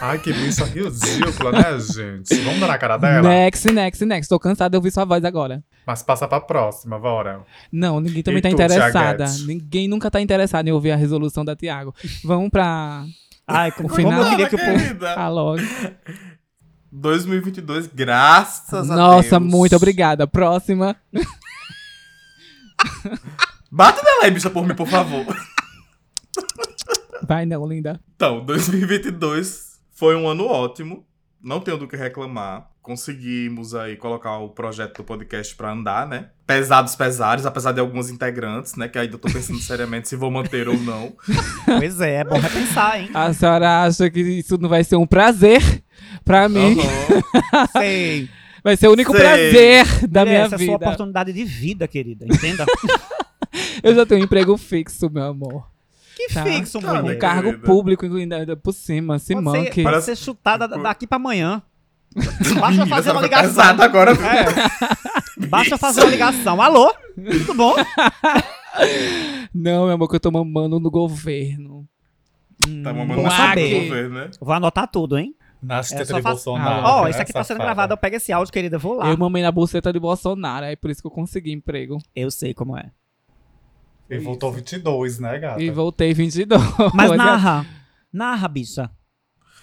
[SPEAKER 4] Ai, que bicha ridícula, né, gente? Vamos dar na cara dela?
[SPEAKER 2] next, next, next. Tô cansada de ouvir sua voz agora.
[SPEAKER 4] Mas passa pra próxima, bora.
[SPEAKER 2] Não, ninguém também
[SPEAKER 4] E
[SPEAKER 2] tá
[SPEAKER 4] tu,
[SPEAKER 2] interessada.
[SPEAKER 4] Tiaguete?
[SPEAKER 2] Ninguém nunca tá interessado em ouvir a resolução da Tiago. Vamos pra.
[SPEAKER 3] Ai, como,
[SPEAKER 2] O final-
[SPEAKER 3] eu queria que o povo.
[SPEAKER 1] querida.
[SPEAKER 2] Ah, logo.
[SPEAKER 1] 2022, graças a Deus.
[SPEAKER 2] Nossa, muito obrigada. Próxima.
[SPEAKER 1] Bata nela aí, bicha, por mim, por favor.
[SPEAKER 2] Vai não, linda.
[SPEAKER 1] Então, 2022 foi um ano ótimo. Não tenho do que reclamar. Conseguimos aí colocar o projeto do podcast pra andar, né? Pesados pesares, apesar de alguns integrantes, né? Que ainda tô pensando seriamente se vou manter ou não.
[SPEAKER 3] Pois é, é bom repensar, hein?
[SPEAKER 2] A senhora acha que isso não vai ser um prazer pra mim?
[SPEAKER 1] Aham.
[SPEAKER 3] Sei.
[SPEAKER 2] Vai ser o único
[SPEAKER 1] Sei.
[SPEAKER 2] prazer da
[SPEAKER 3] Mulher,
[SPEAKER 2] minha
[SPEAKER 3] essa é a sua
[SPEAKER 2] vida.
[SPEAKER 3] oportunidade de vida, querida, entenda?
[SPEAKER 2] Eu já tenho um emprego fixo, meu amor.
[SPEAKER 3] que
[SPEAKER 2] Tá.
[SPEAKER 3] fixo,
[SPEAKER 1] Tá,
[SPEAKER 2] Um
[SPEAKER 1] né,
[SPEAKER 3] mulher.
[SPEAKER 1] cara
[SPEAKER 2] cargo
[SPEAKER 1] querida.
[SPEAKER 2] público, ainda por cima, se
[SPEAKER 3] Pode ser,
[SPEAKER 2] manque.
[SPEAKER 3] pode
[SPEAKER 1] Parece-
[SPEAKER 3] ser chutada da- daqui pra amanhã. Basta
[SPEAKER 1] Menina,
[SPEAKER 3] fazer
[SPEAKER 1] essa
[SPEAKER 3] uma
[SPEAKER 1] foi
[SPEAKER 3] ligação.
[SPEAKER 1] pesada agora.
[SPEAKER 3] É. Basta fazer uma ligação. Alô? Tudo bom?
[SPEAKER 2] Não, meu amor, que eu tô mamando no governo.
[SPEAKER 1] Tá mamando
[SPEAKER 3] Bom
[SPEAKER 1] na sua
[SPEAKER 3] Hum, saber.
[SPEAKER 1] ver, né?
[SPEAKER 3] Vou anotar tudo, hein?
[SPEAKER 4] Nasce
[SPEAKER 3] É,
[SPEAKER 4] teta
[SPEAKER 3] só
[SPEAKER 4] de
[SPEAKER 3] fa-
[SPEAKER 4] Bolsonaro.
[SPEAKER 2] Ah,
[SPEAKER 3] Ó,
[SPEAKER 4] né,
[SPEAKER 3] isso aqui tá sendo
[SPEAKER 4] safada?
[SPEAKER 3] gravado. Eu pego esse áudio, querida, eu vou lá.
[SPEAKER 2] Eu
[SPEAKER 3] Eu,
[SPEAKER 2] mamei na buceta de Bolsonaro, é por isso que eu consegui emprego.
[SPEAKER 3] sei como é.
[SPEAKER 4] E voltou 22, né, gata?
[SPEAKER 2] E voltei 22.
[SPEAKER 3] Mas narra. Narra, bicha.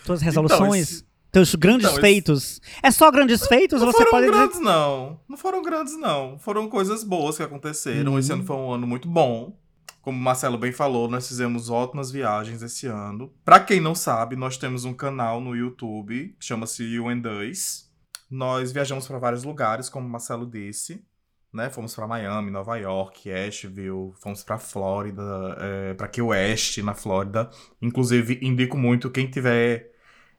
[SPEAKER 3] Tuas resoluções,
[SPEAKER 1] Então, esse-
[SPEAKER 3] teus grandes
[SPEAKER 1] então, esse-
[SPEAKER 3] feitos. É só grandes feitos?
[SPEAKER 1] Não
[SPEAKER 3] Você
[SPEAKER 1] foram
[SPEAKER 3] pode dizer.
[SPEAKER 1] grandes, não. Não foram grandes, não. Foram coisas boas que aconteceram. Esse ano foi um ano muito bom. Como o Marcelo bem falou, nós fizemos ótimas viagens esse ano. Pra quem não sabe, nós temos um canal no YouTube que chama-se You and Us. Nós viajamos pra vários lugares, como o Marcelo disse. Né? Fomos pra Miami, Nova York, Asheville, fomos pra Flórida, é, pra Key West, na Flórida. Inclusive, indico muito quem tiver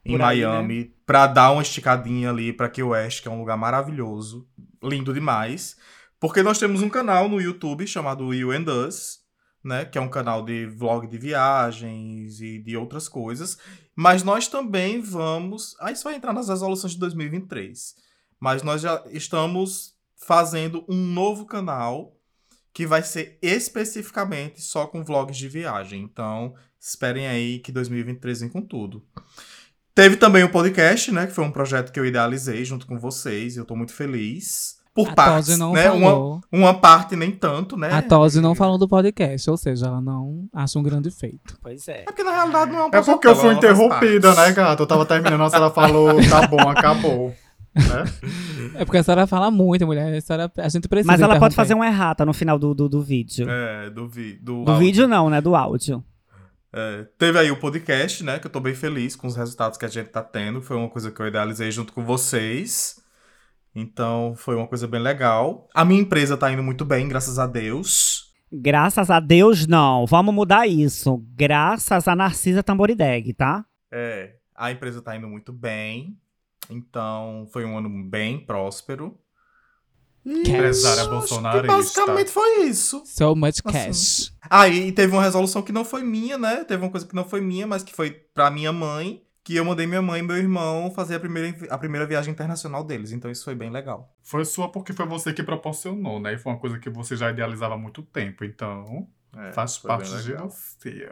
[SPEAKER 1] em
[SPEAKER 5] Por aí, né?
[SPEAKER 1] Miami pra dar uma esticadinha ali pra Key West, que é um lugar maravilhoso, lindo demais. Porque nós temos um canal no YouTube chamado You and Us, né, que é um canal de vlog de viagens e de outras coisas. Mas nós também vamos, aí isso vai entrar nas resoluções de 2023. Mas nós já estamos fazendo um novo canal que vai ser especificamente só com vlogs de viagem. Então, esperem aí que 2023 vem com tudo. Teve também o podcast, né? Que foi um projeto que eu idealizei junto com vocês. E eu tô muito feliz. Por
[SPEAKER 2] A
[SPEAKER 1] partes,
[SPEAKER 2] Tosi não
[SPEAKER 1] né? Uma,
[SPEAKER 2] falou.
[SPEAKER 1] uma parte nem tanto, né?
[SPEAKER 4] É.
[SPEAKER 2] A Tosi não falou do podcast, ou seja, ela não acha um grande feito.
[SPEAKER 3] Pois é.
[SPEAKER 1] É porque na realidade não é um
[SPEAKER 4] É
[SPEAKER 1] projeto
[SPEAKER 4] porque eu
[SPEAKER 1] dela,
[SPEAKER 4] fui
[SPEAKER 1] ela faz
[SPEAKER 4] interrompida,
[SPEAKER 1] parte.
[SPEAKER 4] né, gata? Eu tava terminando, a senhora falou, tá bom, acabou. Né?
[SPEAKER 2] É porque a senhora fala muito, mulher. A, senhora, a gente precisa.
[SPEAKER 3] Mas ela pode
[SPEAKER 2] interromper.
[SPEAKER 3] fazer um uma errata no final do, do, do vídeo.
[SPEAKER 1] É, do, vi do,
[SPEAKER 3] do
[SPEAKER 1] áudio.
[SPEAKER 3] vídeo não, né? Do áudio.
[SPEAKER 1] É, teve aí o podcast, né? Que eu tô bem feliz com os resultados que a gente tá tendo. Foi uma coisa que eu idealizei junto com vocês. Então, foi uma coisa bem legal. A minha empresa tá indo muito bem, graças a Deus.
[SPEAKER 3] Graças a Deus, não. Vamos mudar isso. Graças a Narcisa Tamborideg, tá?
[SPEAKER 1] É, a empresa tá indo muito bem. Então, foi um ano bem próspero. E
[SPEAKER 4] Empresária
[SPEAKER 1] Hum, acho que
[SPEAKER 4] bolsonarista.
[SPEAKER 1] Basicamente foi isso.
[SPEAKER 2] So much
[SPEAKER 1] Nossa.
[SPEAKER 2] cash.
[SPEAKER 1] Ah, e teve uma resolução que não foi minha, né? Teve uma coisa que não foi minha, mas que foi pra minha mãe. Que eu mandei minha mãe e meu irmão fazer a primeira, a primeira viagem internacional deles. Então isso foi bem legal.
[SPEAKER 4] Foi sua porque foi você que proporcionou, né? E foi uma coisa que você já idealizava há muito tempo, então
[SPEAKER 1] É,
[SPEAKER 4] faz
[SPEAKER 1] foi bem
[SPEAKER 4] parte de
[SPEAKER 1] legal.
[SPEAKER 4] você.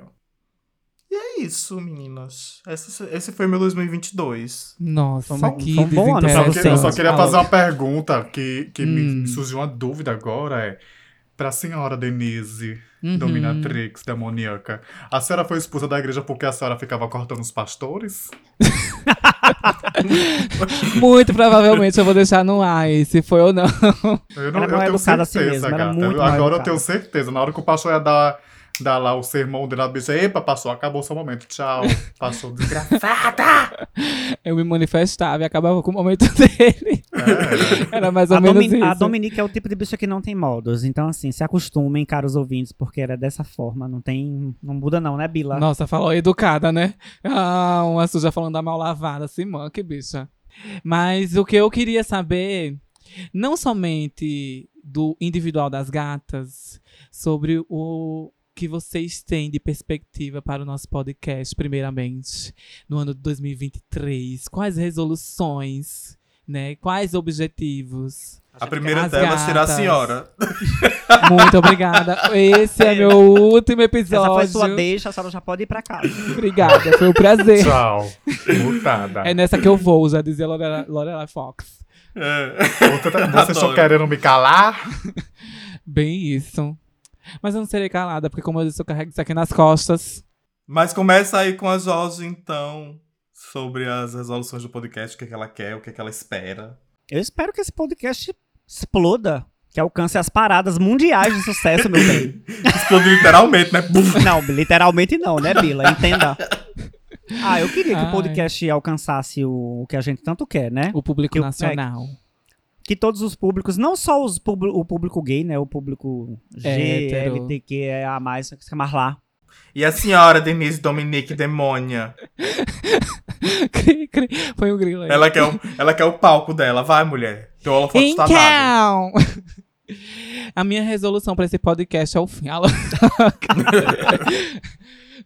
[SPEAKER 1] É isso, meninas. Esse, esse foi meu 2022.
[SPEAKER 2] Nossa,
[SPEAKER 3] Foi um-
[SPEAKER 2] que
[SPEAKER 3] foi um bom ano pra
[SPEAKER 4] né? Só
[SPEAKER 3] É,
[SPEAKER 4] que-
[SPEAKER 3] senhora.
[SPEAKER 4] eu só
[SPEAKER 2] desinteressante.
[SPEAKER 4] queria
[SPEAKER 3] Ah,
[SPEAKER 4] fazer uma pergunta que, que me-
[SPEAKER 2] né? Hum.
[SPEAKER 4] me surgiu uma dúvida agora, é... Pra senhora Denise,
[SPEAKER 2] Uhum.
[SPEAKER 4] dominatrix, demoníaca, a senhora foi expulsa da igreja porque a senhora ficava cortando os pastores?
[SPEAKER 2] Muito provavelmente eu vou deixar no ar aí, se foi ou não.
[SPEAKER 4] Eu
[SPEAKER 3] Era
[SPEAKER 4] não, eu
[SPEAKER 3] mal
[SPEAKER 4] tenho
[SPEAKER 3] educada
[SPEAKER 4] certeza,
[SPEAKER 3] assim mesmo, era
[SPEAKER 4] gata.
[SPEAKER 3] muito
[SPEAKER 4] Eu-
[SPEAKER 3] mal
[SPEAKER 4] Agora eu
[SPEAKER 3] educada.
[SPEAKER 4] tenho certeza. Na hora que o pastor ia dar, dar lá o sermão dele, a bicha, epa, passou, acabou seu momento. Tchau. Passou desgraçado.
[SPEAKER 2] Eu me manifestava e acabava com o momento dele. Era mais ou
[SPEAKER 3] a,
[SPEAKER 2] menos
[SPEAKER 3] Domi- a
[SPEAKER 2] isso.
[SPEAKER 3] Dominique é o tipo de bicha que não tem modos. Então, assim, se acostumem, caros ouvintes, porque era dessa forma. Não tem. Não muda, não, né, Bila?
[SPEAKER 2] Nossa, falou educada, né? Ah, uma suja falando da mal lavada, Simão, que bicha. Mas o que eu queria saber, não somente do individual das gatas, sobre o, que vocês têm de perspectiva para o nosso podcast, primeiramente, no ano de 2023? Quais resoluções, né? Quais objetivos?
[SPEAKER 1] A primeira
[SPEAKER 2] As
[SPEAKER 1] delas será a
[SPEAKER 2] gatas.
[SPEAKER 1] senhora.
[SPEAKER 2] Muito obrigada. Esse é meu último episódio.
[SPEAKER 3] Essa foi sua deixa, a senhora já pode ir pra casa.
[SPEAKER 2] Obrigada, foi um prazer.
[SPEAKER 4] Tchau. Mutada.
[SPEAKER 2] É nessa que eu vou, já dizia Lorela, Lorela Fox.
[SPEAKER 1] É.
[SPEAKER 4] Outra- Vocês estão
[SPEAKER 1] Adoro.
[SPEAKER 4] tá, querendo me calar?
[SPEAKER 2] Bem isso. Mas eu não serei calada, porque como eu disse, eu carrego isso aqui nas costas.
[SPEAKER 1] Mas começa aí com a Jorge, então, sobre as resoluções do podcast, o que, é que ela quer, o que, é que ela espera.
[SPEAKER 3] Eu espero que esse podcast exploda, que alcance as paradas mundiais de sucesso, meu bem.
[SPEAKER 1] Explode literalmente, né? Bum!
[SPEAKER 3] Não, literalmente não, né, Bila? Entenda. Ah, eu queria que
[SPEAKER 2] Ai.
[SPEAKER 3] o podcast alcançasse o, o que a gente tanto quer, né?
[SPEAKER 2] O público
[SPEAKER 3] Eu- é.
[SPEAKER 2] nacional.
[SPEAKER 3] Que todos os públicos, não só os pub- o público gay, né? O público G,
[SPEAKER 2] É, Hétero.
[SPEAKER 3] LTQIA+, mais, mais lá.
[SPEAKER 1] E a senhora Denise Dominique Demônia.
[SPEAKER 2] Cri, cri. Foi o grilo aí.
[SPEAKER 1] Ela quer, o, ela quer o palco dela. Vai, mulher. Teu
[SPEAKER 4] é
[SPEAKER 1] holofote está dado.
[SPEAKER 2] Então! A minha resolução para esse podcast é o fim. Alô?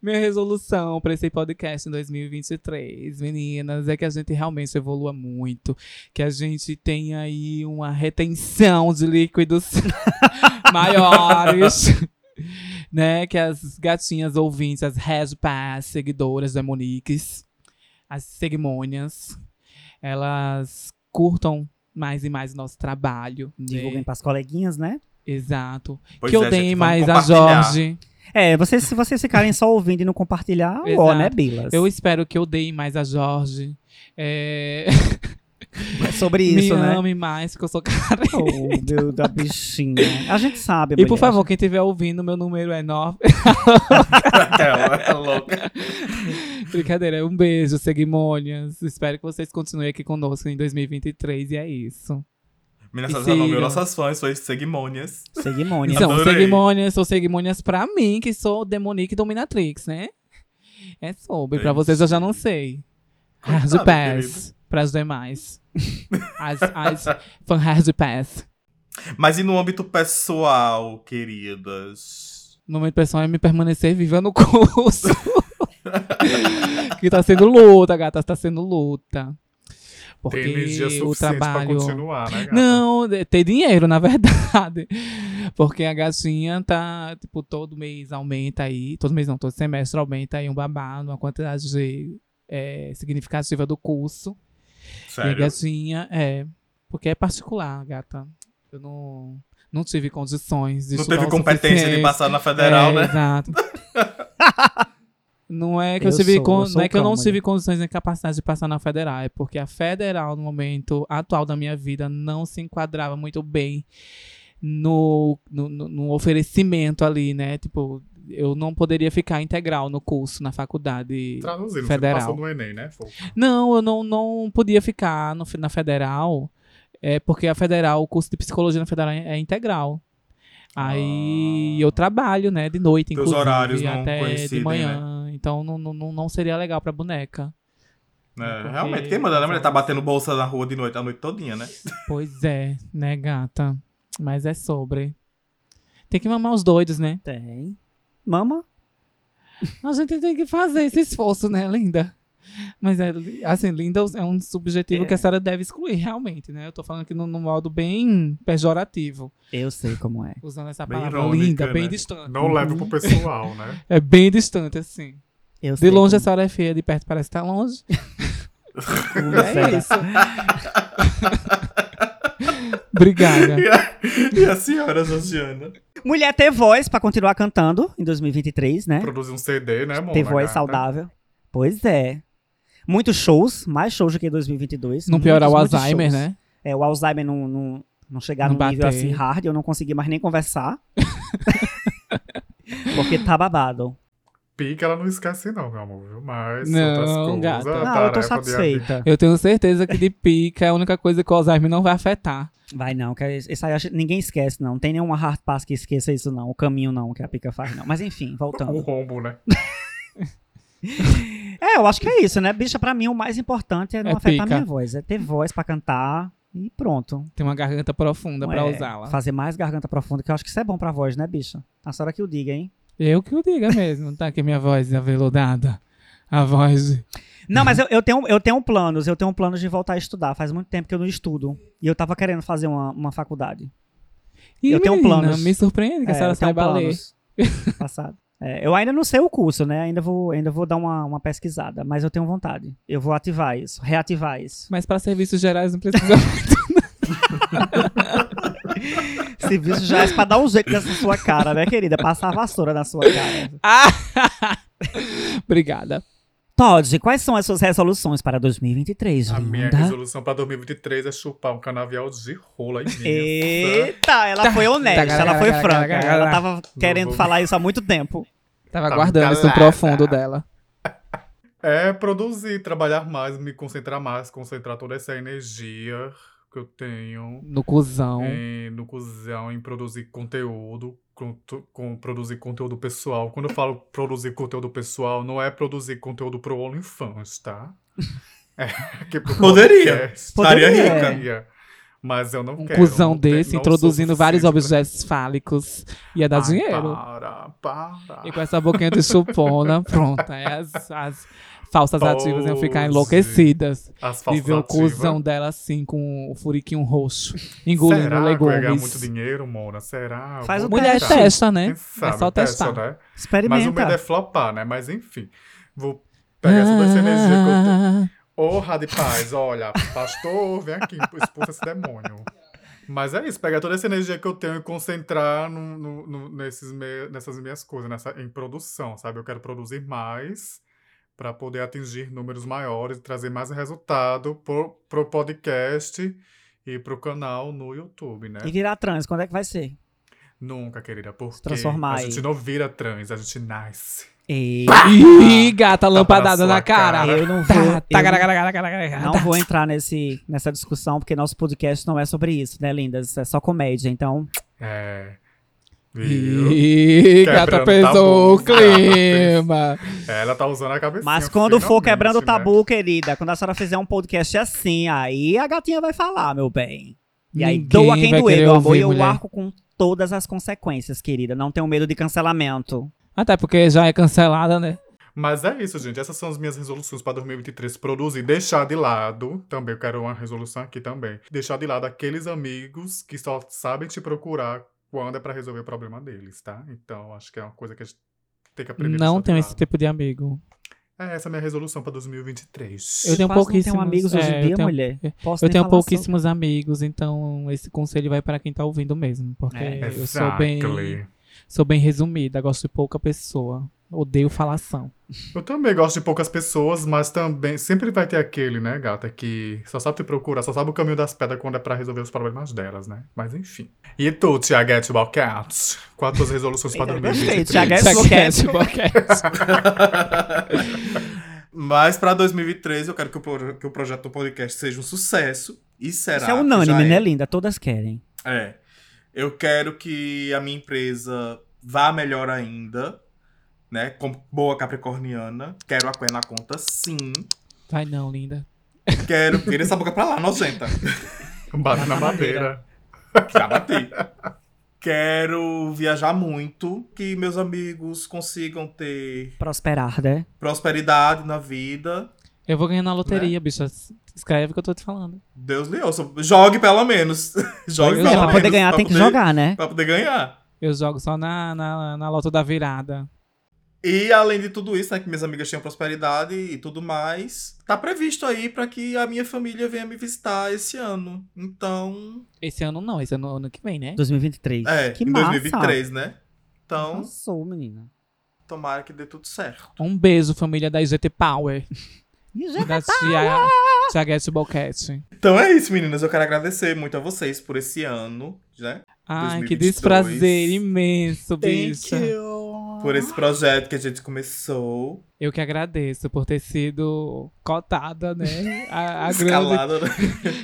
[SPEAKER 2] minha resolução para esse podcast em 2023, meninas, é que a gente realmente evolua muito. Que a gente tenha aí uma retenção de líquidos maiores. Né, que as gatinhas ouvintes, as respas, seguidoras da Moniques, as segmônias, elas curtam mais e mais o nosso trabalho. né?
[SPEAKER 3] Divulguem pras coleguinhas, né?
[SPEAKER 2] Exato.
[SPEAKER 1] Pois
[SPEAKER 2] que
[SPEAKER 1] é,
[SPEAKER 2] eu odeiem
[SPEAKER 1] gente, vamos
[SPEAKER 2] mais a
[SPEAKER 1] compartilhar.
[SPEAKER 2] Jorge.
[SPEAKER 3] É, vocês, se vocês ficarem só ouvindo e não compartilhar, ó,
[SPEAKER 2] Exato.
[SPEAKER 3] né, Bilas?
[SPEAKER 2] Eu espero que eu odeiem mais a Jorge. É,
[SPEAKER 3] É sobre isso,
[SPEAKER 2] me
[SPEAKER 3] né?
[SPEAKER 2] ame mais, porque eu sou cara.
[SPEAKER 3] Oh, meu da bichinha. A gente sabe,
[SPEAKER 2] E por
[SPEAKER 3] mulher.
[SPEAKER 2] favor, quem estiver ouvindo, meu número é 9.
[SPEAKER 1] Aquela, é louca.
[SPEAKER 2] Brincadeira, um beijo, Seguimônias. Espero que vocês continuem aqui conosco em 2023 e é isso.
[SPEAKER 1] Meninas,
[SPEAKER 2] E
[SPEAKER 1] elas já nomeou
[SPEAKER 2] sigam.
[SPEAKER 1] nossas fãs, suas segmônias.
[SPEAKER 3] Seguimônia.
[SPEAKER 2] Então,
[SPEAKER 1] Adorei.
[SPEAKER 2] Seguimônias, sou Seguimônias pra mim, que sou Demonique Dominatrix, né? É sobre, pra
[SPEAKER 1] Isso.
[SPEAKER 2] vocês eu já não sei. Hard
[SPEAKER 1] Coitado,
[SPEAKER 2] Pass, pras demais. As, as fan Hard Pass.
[SPEAKER 1] Mas e no âmbito pessoal, queridas?
[SPEAKER 2] No momento pessoal é me permanecer viva no curso. que tá sendo luta, gata, tá sendo luta. Porque
[SPEAKER 4] Tem energia
[SPEAKER 2] o
[SPEAKER 4] suficiente pra
[SPEAKER 2] trabalho.
[SPEAKER 4] continuar, né, gata?
[SPEAKER 2] Não, de- ter dinheiro, na verdade. Porque a gatinha tá, tipo, todo mês aumenta aí. Todo mês não, todo semestre aumenta aí um babado, uma quantidade de, eh, significativa do curso. E a
[SPEAKER 1] Sério.
[SPEAKER 2] gatinha, é. Porque é particular, gata. Eu não, não tive condições de
[SPEAKER 1] Não
[SPEAKER 2] estudar
[SPEAKER 1] teve
[SPEAKER 2] o
[SPEAKER 1] competência de
[SPEAKER 2] é suficiente.
[SPEAKER 1] passar na federal,
[SPEAKER 2] É,
[SPEAKER 1] né?
[SPEAKER 2] Exato. Não é que eu,
[SPEAKER 3] Eu
[SPEAKER 2] tive
[SPEAKER 3] sou-
[SPEAKER 2] con-
[SPEAKER 3] eu sou
[SPEAKER 2] não é que eu não
[SPEAKER 3] calma,
[SPEAKER 2] tive condições nem capacidade de passar na federal, é porque a federal no momento atual da minha vida não se enquadrava muito bem no, no, no- no oferecimento ali, né? Tipo, eu não poderia ficar integral no curso na faculdade.
[SPEAKER 4] Traduzindo,
[SPEAKER 2] Federal.
[SPEAKER 4] você passou no Enem, né, fofa?
[SPEAKER 2] Não, eu não, não podia ficar no, na federal, é porque a federal, o curso de psicologia na federal é integral. Aí
[SPEAKER 1] Ah.
[SPEAKER 2] eu trabalho, né, de noite,
[SPEAKER 1] Teus
[SPEAKER 2] inclusive,
[SPEAKER 1] horários não
[SPEAKER 2] até de
[SPEAKER 1] coincidem, né?
[SPEAKER 2] manhã. Então não, não- não, não seria legal pra boneca.
[SPEAKER 1] É,
[SPEAKER 2] Porque-
[SPEAKER 1] Realmente, quem manda, né? Mulher tá batendo bolsa na rua de noite, a noite todinha, né?
[SPEAKER 2] Pois é, né, gata? Mas é sobre. Tem que mamar os doidos, né?
[SPEAKER 3] Tem. Mama?
[SPEAKER 2] A gente tem que fazer esse esforço, né, linda? Mas, é, assim, linda é um subjetivo que a senhora deve excluir, realmente, né? Eu tô falando aqui no, no modo bem pejorativo,
[SPEAKER 3] Eu sei como é.
[SPEAKER 2] usando essa
[SPEAKER 1] Bem
[SPEAKER 2] palavra
[SPEAKER 1] irônica,
[SPEAKER 2] linda,
[SPEAKER 1] né?
[SPEAKER 2] bem distante.
[SPEAKER 4] Não leva pro pessoal, né?
[SPEAKER 2] É bem distante, assim.
[SPEAKER 3] Eu
[SPEAKER 2] De
[SPEAKER 3] sei
[SPEAKER 2] longe a
[SPEAKER 3] como
[SPEAKER 2] senhora é feia, de perto parece estar longe.
[SPEAKER 3] Será?
[SPEAKER 2] É isso. Obrigada.
[SPEAKER 1] E a, e a senhora Josiana?
[SPEAKER 3] é. Mulher ter voz pra continuar cantando em 2023, né?
[SPEAKER 4] Produzir um CD, né, amor?
[SPEAKER 3] ter
[SPEAKER 4] da
[SPEAKER 3] voz
[SPEAKER 4] gata?
[SPEAKER 3] saudável. Pois é. Muitos shows, mais shows do que em 2022.
[SPEAKER 2] Não
[SPEAKER 3] Muitos,
[SPEAKER 2] piorar o
[SPEAKER 3] muitos
[SPEAKER 2] Alzheimer,
[SPEAKER 3] shows.
[SPEAKER 2] né?
[SPEAKER 3] É, o Alzheimer não, não, não chegar
[SPEAKER 2] Não
[SPEAKER 3] num nível
[SPEAKER 2] bater.
[SPEAKER 3] assim hard, eu não consegui mais nem conversar. Porque tá babado.
[SPEAKER 4] Pique ela não esquece, não, meu amor, viu? Mas
[SPEAKER 2] Não,
[SPEAKER 4] outras coisas.
[SPEAKER 2] gata.
[SPEAKER 4] a
[SPEAKER 2] Não,
[SPEAKER 3] Não, Ah, eu
[SPEAKER 4] tarefa
[SPEAKER 3] tô
[SPEAKER 4] de
[SPEAKER 3] satisfeita.
[SPEAKER 2] Eu tenho certeza que de pica é a única coisa que o Alzheimer não vai afetar.
[SPEAKER 3] Vai não, que isso aí eu acho- ninguém esquece, não. Não tem nenhuma hard pass que esqueça isso, não. O caminho não, que a pica faz, não. Mas enfim,
[SPEAKER 4] vida. Um
[SPEAKER 3] voltando.
[SPEAKER 4] rombo, né?
[SPEAKER 3] É, eu acho que é isso, né? Bicha, pra mim o mais importante é não
[SPEAKER 2] É
[SPEAKER 3] afetar
[SPEAKER 2] pica.
[SPEAKER 3] minha voz. É ter voz pra cantar e pronto.
[SPEAKER 2] Tem uma garganta profunda pra
[SPEAKER 3] É,
[SPEAKER 2] usá-la.
[SPEAKER 3] Fazer mais garganta profunda, que eu acho que isso é bom pra voz, né, bicha? A senhora que o diga, hein?
[SPEAKER 2] Eu que o diga mesmo, tá? Que minha voz aveludada. A voz. de-
[SPEAKER 3] Não, mas eu, eu tenho, eu tenho planos, eu tenho planos de voltar a estudar. Faz muito tempo que eu não estudo. E eu tava querendo fazer uma, uma faculdade.
[SPEAKER 2] Ih,
[SPEAKER 3] Eu tenho
[SPEAKER 2] menina,
[SPEAKER 3] planos.
[SPEAKER 2] Me surpreende que a
[SPEAKER 3] É,
[SPEAKER 2] senhora
[SPEAKER 3] eu tenho
[SPEAKER 2] saiba ler.
[SPEAKER 3] planos. Passado. É, eu ainda não sei o curso, né? Ainda vou, ainda vou dar uma, uma pesquisada, mas eu tenho vontade. Eu vou ativar isso, reativar isso.
[SPEAKER 2] Mas para serviços gerais não precisa.
[SPEAKER 3] Serviço já é pra dar um jeito nessa sua cara, né, querida? Passar a vassoura na sua cara.
[SPEAKER 2] Ah! Obrigada.
[SPEAKER 3] Todd, quais são as suas resoluções para 2023,
[SPEAKER 4] A minha
[SPEAKER 3] linda?
[SPEAKER 4] resolução pra 2023 é chupar um canavial de rola em mim.
[SPEAKER 3] Eita, ela foi honesta,
[SPEAKER 2] Tá,
[SPEAKER 3] ela foi
[SPEAKER 2] tá, tá,
[SPEAKER 3] franca.
[SPEAKER 2] tá, tá, tá.
[SPEAKER 3] Ela tava
[SPEAKER 4] Não
[SPEAKER 3] querendo
[SPEAKER 4] vou-
[SPEAKER 3] falar isso há muito tempo.
[SPEAKER 2] Tava
[SPEAKER 4] Tá
[SPEAKER 2] guardando isso no
[SPEAKER 4] calada.
[SPEAKER 2] profundo dela.
[SPEAKER 4] É produzir, trabalhar mais, me concentrar mais, concentrar toda essa energia que eu tenho
[SPEAKER 2] No cuzão.
[SPEAKER 4] em- eh, no cuzão, em produzir conteúdo, com, tu- com produzir conteúdo pessoal. Quando eu falo produzir conteúdo pessoal, não é produzir conteúdo pro OnlyFans, tá? É, que pro
[SPEAKER 1] Poderia.
[SPEAKER 4] podcast.
[SPEAKER 1] Estaria
[SPEAKER 3] Poderia.
[SPEAKER 1] rica.
[SPEAKER 4] Mas eu não
[SPEAKER 2] Um
[SPEAKER 4] quero.
[SPEAKER 2] cuzão
[SPEAKER 4] não tenho-
[SPEAKER 2] desse,
[SPEAKER 4] não sou
[SPEAKER 2] introduzindo vários
[SPEAKER 4] suficiente pra- Ah, tá.
[SPEAKER 2] objetos fálicos. Ia dar
[SPEAKER 4] Ai,
[SPEAKER 2] dinheiro.
[SPEAKER 4] Para, para.
[SPEAKER 2] E com essa boquinha de chupona, pronto. Aí as, as falsas ativas iam ficar
[SPEAKER 4] Pose.
[SPEAKER 2] enlouquecidas.
[SPEAKER 4] As
[SPEAKER 2] E
[SPEAKER 4] falsas
[SPEAKER 2] ver o
[SPEAKER 4] ativas.
[SPEAKER 2] cuzão dela assim, com o furiquinho roxo, engolindo
[SPEAKER 4] Será que eu ia ganhar muito
[SPEAKER 2] legumes.
[SPEAKER 4] dinheiro, Mona? Será? Eu
[SPEAKER 3] Faz
[SPEAKER 4] vou
[SPEAKER 3] o
[SPEAKER 2] Mulher
[SPEAKER 4] testar.
[SPEAKER 3] teste.
[SPEAKER 2] testa, né?
[SPEAKER 4] Quem sabe,
[SPEAKER 2] é só
[SPEAKER 4] testa,
[SPEAKER 2] testar.
[SPEAKER 4] né? Mas o medo é
[SPEAKER 3] Experimenta.
[SPEAKER 4] flopar, né? Mas enfim. Vou pegar essa dessa energia que eu tenho. Ô, Rádio Paz, olha, pastor, vem aqui, expulsa esse demônio. Mas é isso, pegar toda essa energia que eu tenho e concentrar no- no- no- nesses me- nessas minhas coisas, nessa, em produção, sabe? Eu quero produzir mais para poder atingir números maiores e trazer mais resultado pro, pro podcast e pro canal no YouTube, né?
[SPEAKER 3] E virar trans, quando é que vai ser?
[SPEAKER 4] Nunca, querida, porque
[SPEAKER 3] transformar
[SPEAKER 4] a
[SPEAKER 3] aí.
[SPEAKER 4] gente não vira trans, a gente nasce.
[SPEAKER 3] Eita,
[SPEAKER 2] Ah! Ih, gata, lampadada
[SPEAKER 4] sua
[SPEAKER 2] na cara.
[SPEAKER 4] cara.
[SPEAKER 3] eu não vou.
[SPEAKER 2] Tá, tá, cara,
[SPEAKER 3] eu
[SPEAKER 2] cara, cara, cara, cara.
[SPEAKER 3] não vou entrar nesse, nessa discussão, porque nosso podcast não é sobre isso, né, lindas? É só comédia, então.
[SPEAKER 4] É. Viu?
[SPEAKER 2] Ih, gata,
[SPEAKER 4] Quebrando tá
[SPEAKER 2] pesou o
[SPEAKER 4] tabu.
[SPEAKER 2] clima.
[SPEAKER 4] Ela tá usando a cabeça.
[SPEAKER 2] Assim,
[SPEAKER 3] Mas quando for
[SPEAKER 4] né?
[SPEAKER 3] quebrando o
[SPEAKER 2] né?
[SPEAKER 3] tabu, querida, quando a senhora fizer um podcast assim, aí a gatinha vai falar, meu bem. E aí
[SPEAKER 2] Ninguém
[SPEAKER 3] doa quem
[SPEAKER 2] vai
[SPEAKER 3] doer,
[SPEAKER 2] querer
[SPEAKER 3] meu amor,
[SPEAKER 2] ouvir,
[SPEAKER 3] e eu
[SPEAKER 2] mulher.
[SPEAKER 3] arco com todas as consequências, querida. Não tenho medo de cancelamento.
[SPEAKER 2] Até porque já é cancelada, né?
[SPEAKER 4] Mas é isso, gente. Essas são as minhas resoluções para 2023. Produzir, deixar de lado. Também eu quero uma resolução aqui também. Deixar de lado aqueles amigos que só sabem te procurar quando é para resolver o problema deles, tá? Então acho que é uma coisa que a gente tem que aprender. a
[SPEAKER 2] Não
[SPEAKER 4] deixar de
[SPEAKER 2] tenho esse
[SPEAKER 4] lado.
[SPEAKER 2] tipo de amigo.
[SPEAKER 4] É essa é a minha resolução para 2023.
[SPEAKER 2] Eu tenho
[SPEAKER 3] Quase não
[SPEAKER 2] pouquíssimos.
[SPEAKER 3] amigos hoje
[SPEAKER 2] é,
[SPEAKER 3] em
[SPEAKER 2] eu
[SPEAKER 3] dia,
[SPEAKER 2] tenho-
[SPEAKER 3] mulher. Posso
[SPEAKER 2] Eu
[SPEAKER 3] nem
[SPEAKER 2] tenho
[SPEAKER 3] falar sobre.
[SPEAKER 2] pouquíssimos amigos, então esse conselho vai para quem tá ouvindo mesmo. Porque
[SPEAKER 3] É,
[SPEAKER 2] eu sou bem,
[SPEAKER 4] Exactly.
[SPEAKER 2] sou bem resumida, gosto de pouca pessoa. Odeio falação.
[SPEAKER 4] Eu também gosto de poucas pessoas, mas também sempre vai ter aquele, né, gata, que só sabe te procurar, só sabe o caminho das pedras quando é pra resolver os problemas delas, né? Mas enfim. E tu, Tiaguete Balcat? Quais as tuas resoluções pra
[SPEAKER 3] Eita, gostei,
[SPEAKER 4] 2023?
[SPEAKER 3] Tiaguete.
[SPEAKER 2] Isso aqui é
[SPEAKER 3] boquete.
[SPEAKER 2] boquete.
[SPEAKER 1] Mas pra 2013 eu quero que o, pro- que o projeto do podcast seja um sucesso. E será?
[SPEAKER 3] Isso é
[SPEAKER 1] já
[SPEAKER 3] unânime,
[SPEAKER 1] é.
[SPEAKER 3] né, linda? Todas querem.
[SPEAKER 1] É. Eu quero que a minha empresa vá melhor ainda, né? Como boa capricorniana. Quero a Quen na conta, sim.
[SPEAKER 2] Vai não, linda.
[SPEAKER 1] Quero. Vira essa boca pra lá, nojenta.
[SPEAKER 4] Bate na madeira.
[SPEAKER 1] Já bati. Quero viajar muito, que meus amigos consigam ter
[SPEAKER 3] Prosperar, né?
[SPEAKER 1] prosperidade na vida.
[SPEAKER 2] Eu vou ganhar na loteria,
[SPEAKER 4] Né?
[SPEAKER 2] bicha. Escreve o que eu tô te falando.
[SPEAKER 1] Deus lhe ouça. Jogue pelo menos. Jogue
[SPEAKER 2] Pois
[SPEAKER 1] pelo
[SPEAKER 2] é,
[SPEAKER 1] menos.
[SPEAKER 3] Pra poder ganhar, tem que
[SPEAKER 1] poder-
[SPEAKER 3] jogar, né?
[SPEAKER 1] Pra poder ganhar.
[SPEAKER 2] Eu jogo só na, na, na lota da virada.
[SPEAKER 1] E além de tudo isso, né, que minhas amigas tinham prosperidade e tudo mais, tá previsto aí pra que a minha família venha me visitar esse ano. Então,
[SPEAKER 2] Esse ano não, esse ano, ano que vem, né?
[SPEAKER 3] 2023.
[SPEAKER 1] é,
[SPEAKER 3] que
[SPEAKER 1] em
[SPEAKER 3] massa. Uhum.
[SPEAKER 1] 2023, né? Então,
[SPEAKER 3] Arrasou, menina.
[SPEAKER 1] tomara que dê tudo certo.
[SPEAKER 2] Um beijo, família da IGT Power.
[SPEAKER 3] E já
[SPEAKER 2] E da tia, tia Guete Boquete.
[SPEAKER 1] Então é isso, meninas. Eu quero agradecer muito a vocês por esse ano, né?
[SPEAKER 2] Ai,
[SPEAKER 1] 2022.
[SPEAKER 2] que desprazer imenso, bicha.
[SPEAKER 1] Por esse projeto que a gente começou.
[SPEAKER 2] Eu que agradeço por ter sido cotada, né? A, a grande,
[SPEAKER 1] Escalada. né?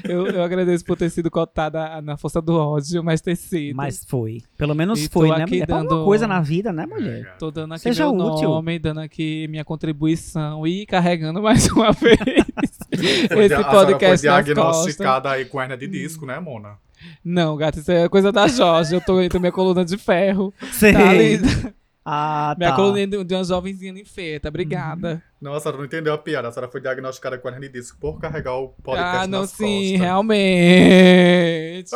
[SPEAKER 2] eu, eu agradeço por ter sido cotada na força do ódio, mas ter sido.
[SPEAKER 3] Mas foi. Pelo menos
[SPEAKER 2] E tô
[SPEAKER 3] foi, né,
[SPEAKER 2] aqui
[SPEAKER 3] mulher? Pra
[SPEAKER 2] dando-
[SPEAKER 3] Alguma coisa na vida, né, mulher?
[SPEAKER 4] É.
[SPEAKER 2] Tô dando aqui
[SPEAKER 3] Seja
[SPEAKER 2] meu
[SPEAKER 3] útil.
[SPEAKER 2] nome, dando aqui minha contribuição e carregando mais uma vez
[SPEAKER 4] Foi dia-
[SPEAKER 2] esse
[SPEAKER 4] a
[SPEAKER 2] podcast
[SPEAKER 4] senhora foi
[SPEAKER 2] nas costas. Hum.
[SPEAKER 4] diagnosticada aí com hernia de disco, né, Mona?
[SPEAKER 2] Não, gato, isso é coisa da Jorge. Eu tô entre minha coluna de ferro.
[SPEAKER 3] Sei.
[SPEAKER 2] Tá linda.
[SPEAKER 3] Ah,
[SPEAKER 2] Minha
[SPEAKER 3] tá.
[SPEAKER 2] coluna de, de uma jovenzinha ninfeta, obrigada.
[SPEAKER 4] Não, a senhora não entendeu a piada. A senhora foi diagnosticada com hernia de disco por carregar o podcast
[SPEAKER 2] ah, não,
[SPEAKER 4] nas
[SPEAKER 2] sim,
[SPEAKER 4] costas.
[SPEAKER 2] realmente.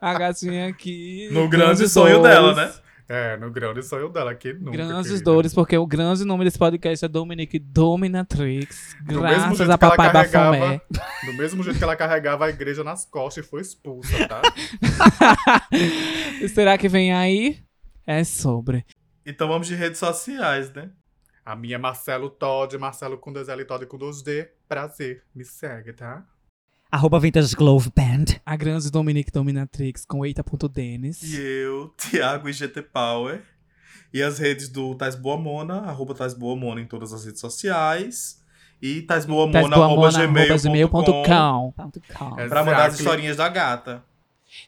[SPEAKER 2] A gatinha aqui.
[SPEAKER 1] No grande sonho dela, né?
[SPEAKER 4] É, no grande sonho dela aqui nunca.
[SPEAKER 2] Grandes
[SPEAKER 4] querida.
[SPEAKER 2] dores, porque o grande nome desse podcast é Dominique Dominatrix.
[SPEAKER 4] Do mesmo
[SPEAKER 2] Graças
[SPEAKER 4] jeito
[SPEAKER 2] a
[SPEAKER 4] que ela
[SPEAKER 2] Papai
[SPEAKER 4] carregava-
[SPEAKER 2] Bafomé.
[SPEAKER 4] Do mesmo jeito que ela carregava a igreja nas costas e foi expulsa, tá?
[SPEAKER 2] E Será que vem aí? É sobre.
[SPEAKER 1] Então vamos de redes sociais, né?
[SPEAKER 4] A minha é Marcelo Todd, Marcelo com 2L e Todd com 2D. Prazer, me segue, tá?
[SPEAKER 3] Arroba Vintage Glove Band.
[SPEAKER 2] A grande Dominique Dominatrix com eita.denis.
[SPEAKER 1] E eu, Thiago IGT Power. E as redes do Tais Boa Mona, arroba Tais Boa Mona em todas as redes sociais. E
[SPEAKER 2] Tá
[SPEAKER 1] taisboamona, arroba gmail.com
[SPEAKER 2] gmail.com.
[SPEAKER 4] É
[SPEAKER 1] pra mandar as
[SPEAKER 4] Exactly.
[SPEAKER 1] historinhas da gata.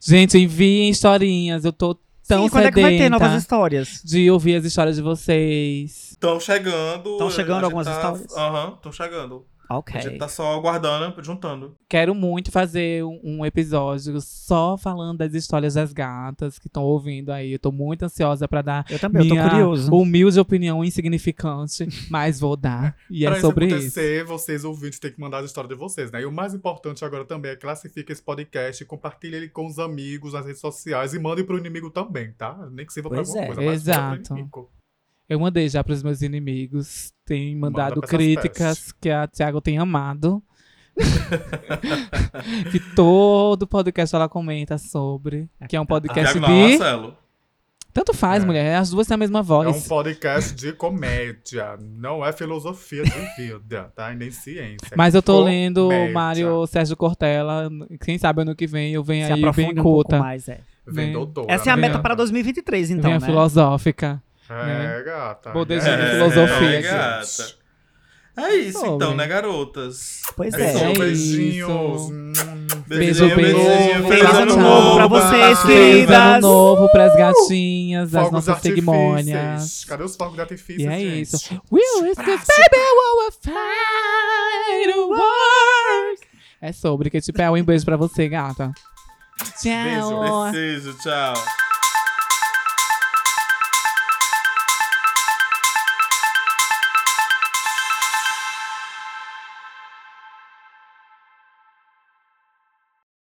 [SPEAKER 2] Gente, enviem historinhas. Eu tô tão
[SPEAKER 3] Sim, quando é que vai ter
[SPEAKER 2] sedenta
[SPEAKER 3] novas histórias?
[SPEAKER 2] de ouvir as histórias de vocês.
[SPEAKER 1] Estão chegando.
[SPEAKER 3] Tão chegando
[SPEAKER 1] a gente
[SPEAKER 3] algumas
[SPEAKER 1] tá...
[SPEAKER 3] histórias?
[SPEAKER 1] Aham, estão chegando.
[SPEAKER 3] Ok.
[SPEAKER 1] A gente tá só aguardando, juntando.
[SPEAKER 2] Quero muito fazer um, um episódio só falando das histórias das gatas que estão ouvindo aí. Eu tô muito ansiosa pra dar
[SPEAKER 3] Ah, Eu também, eu
[SPEAKER 2] minha
[SPEAKER 3] tô curioso.
[SPEAKER 2] humilde opinião insignificante, mas vou dar. E é
[SPEAKER 4] pra
[SPEAKER 2] sobre
[SPEAKER 4] isso
[SPEAKER 2] isso.
[SPEAKER 4] acontecer, vocês ouvintes têm que mandar as histórias de vocês, né? E o mais importante agora também é classifica esse podcast, compartilha ele com os amigos nas redes sociais e mande pro inimigo também, tá? Nem que sirva pra
[SPEAKER 3] Pois
[SPEAKER 4] alguma
[SPEAKER 3] é,
[SPEAKER 4] coisa. mas manda pro
[SPEAKER 2] exato.
[SPEAKER 4] inimigo. É
[SPEAKER 2] Eu mandei já pros meus inimigos. Tem mandado
[SPEAKER 4] pra essas
[SPEAKER 2] críticas que a Thiago tem amado. que todo podcast ela comenta sobre. Que é um podcast
[SPEAKER 1] Thiago não,
[SPEAKER 2] de.
[SPEAKER 1] Marcelo.
[SPEAKER 2] Tanto faz,
[SPEAKER 4] É.
[SPEAKER 2] mulher. As duas têm a mesma
[SPEAKER 4] É um
[SPEAKER 2] voz.
[SPEAKER 4] podcast de comédia, não é filosofia de vida, tá? E nem ciência.
[SPEAKER 2] Mas eu tô
[SPEAKER 4] Comédia.
[SPEAKER 2] lendo né? o Mário Sérgio Cortella. Quem sabe ano que vem eu venho
[SPEAKER 3] Se
[SPEAKER 2] aí bem
[SPEAKER 3] aprofunda um pouco
[SPEAKER 2] culta.
[SPEAKER 3] mais, é.
[SPEAKER 4] Vem
[SPEAKER 2] né?
[SPEAKER 4] doutora.
[SPEAKER 3] Essa é a
[SPEAKER 4] né,
[SPEAKER 3] meta
[SPEAKER 4] gata?
[SPEAKER 3] para 2023, então,
[SPEAKER 2] venha
[SPEAKER 3] né?
[SPEAKER 2] filosófica. né?
[SPEAKER 4] É, gata.
[SPEAKER 2] Vou
[SPEAKER 4] é,
[SPEAKER 2] desde
[SPEAKER 1] É,
[SPEAKER 2] filosofia,
[SPEAKER 1] gata. É isso
[SPEAKER 2] Sobre.
[SPEAKER 1] então, né, garotas?
[SPEAKER 3] Pois
[SPEAKER 4] É,
[SPEAKER 3] é.
[SPEAKER 2] É
[SPEAKER 4] isso,
[SPEAKER 2] isso.
[SPEAKER 4] beijinhos. Hum,
[SPEAKER 2] Beijo, beijo.
[SPEAKER 3] Feliz ano
[SPEAKER 1] tá
[SPEAKER 3] novo pra vocês,
[SPEAKER 2] Feliz ano
[SPEAKER 3] queridas.
[SPEAKER 2] novo pras gatinhas, as
[SPEAKER 4] Fogos
[SPEAKER 2] nossas
[SPEAKER 4] artifícios.
[SPEAKER 2] cerimônias.
[SPEAKER 4] Cadê os fogos de artifício,
[SPEAKER 2] E é
[SPEAKER 4] gente?
[SPEAKER 2] isso. Will is this baby will fight a war. É sobre que tipo é um beijo pra você, gata. Tchau.
[SPEAKER 4] Beijo.
[SPEAKER 1] Preciso, tchau.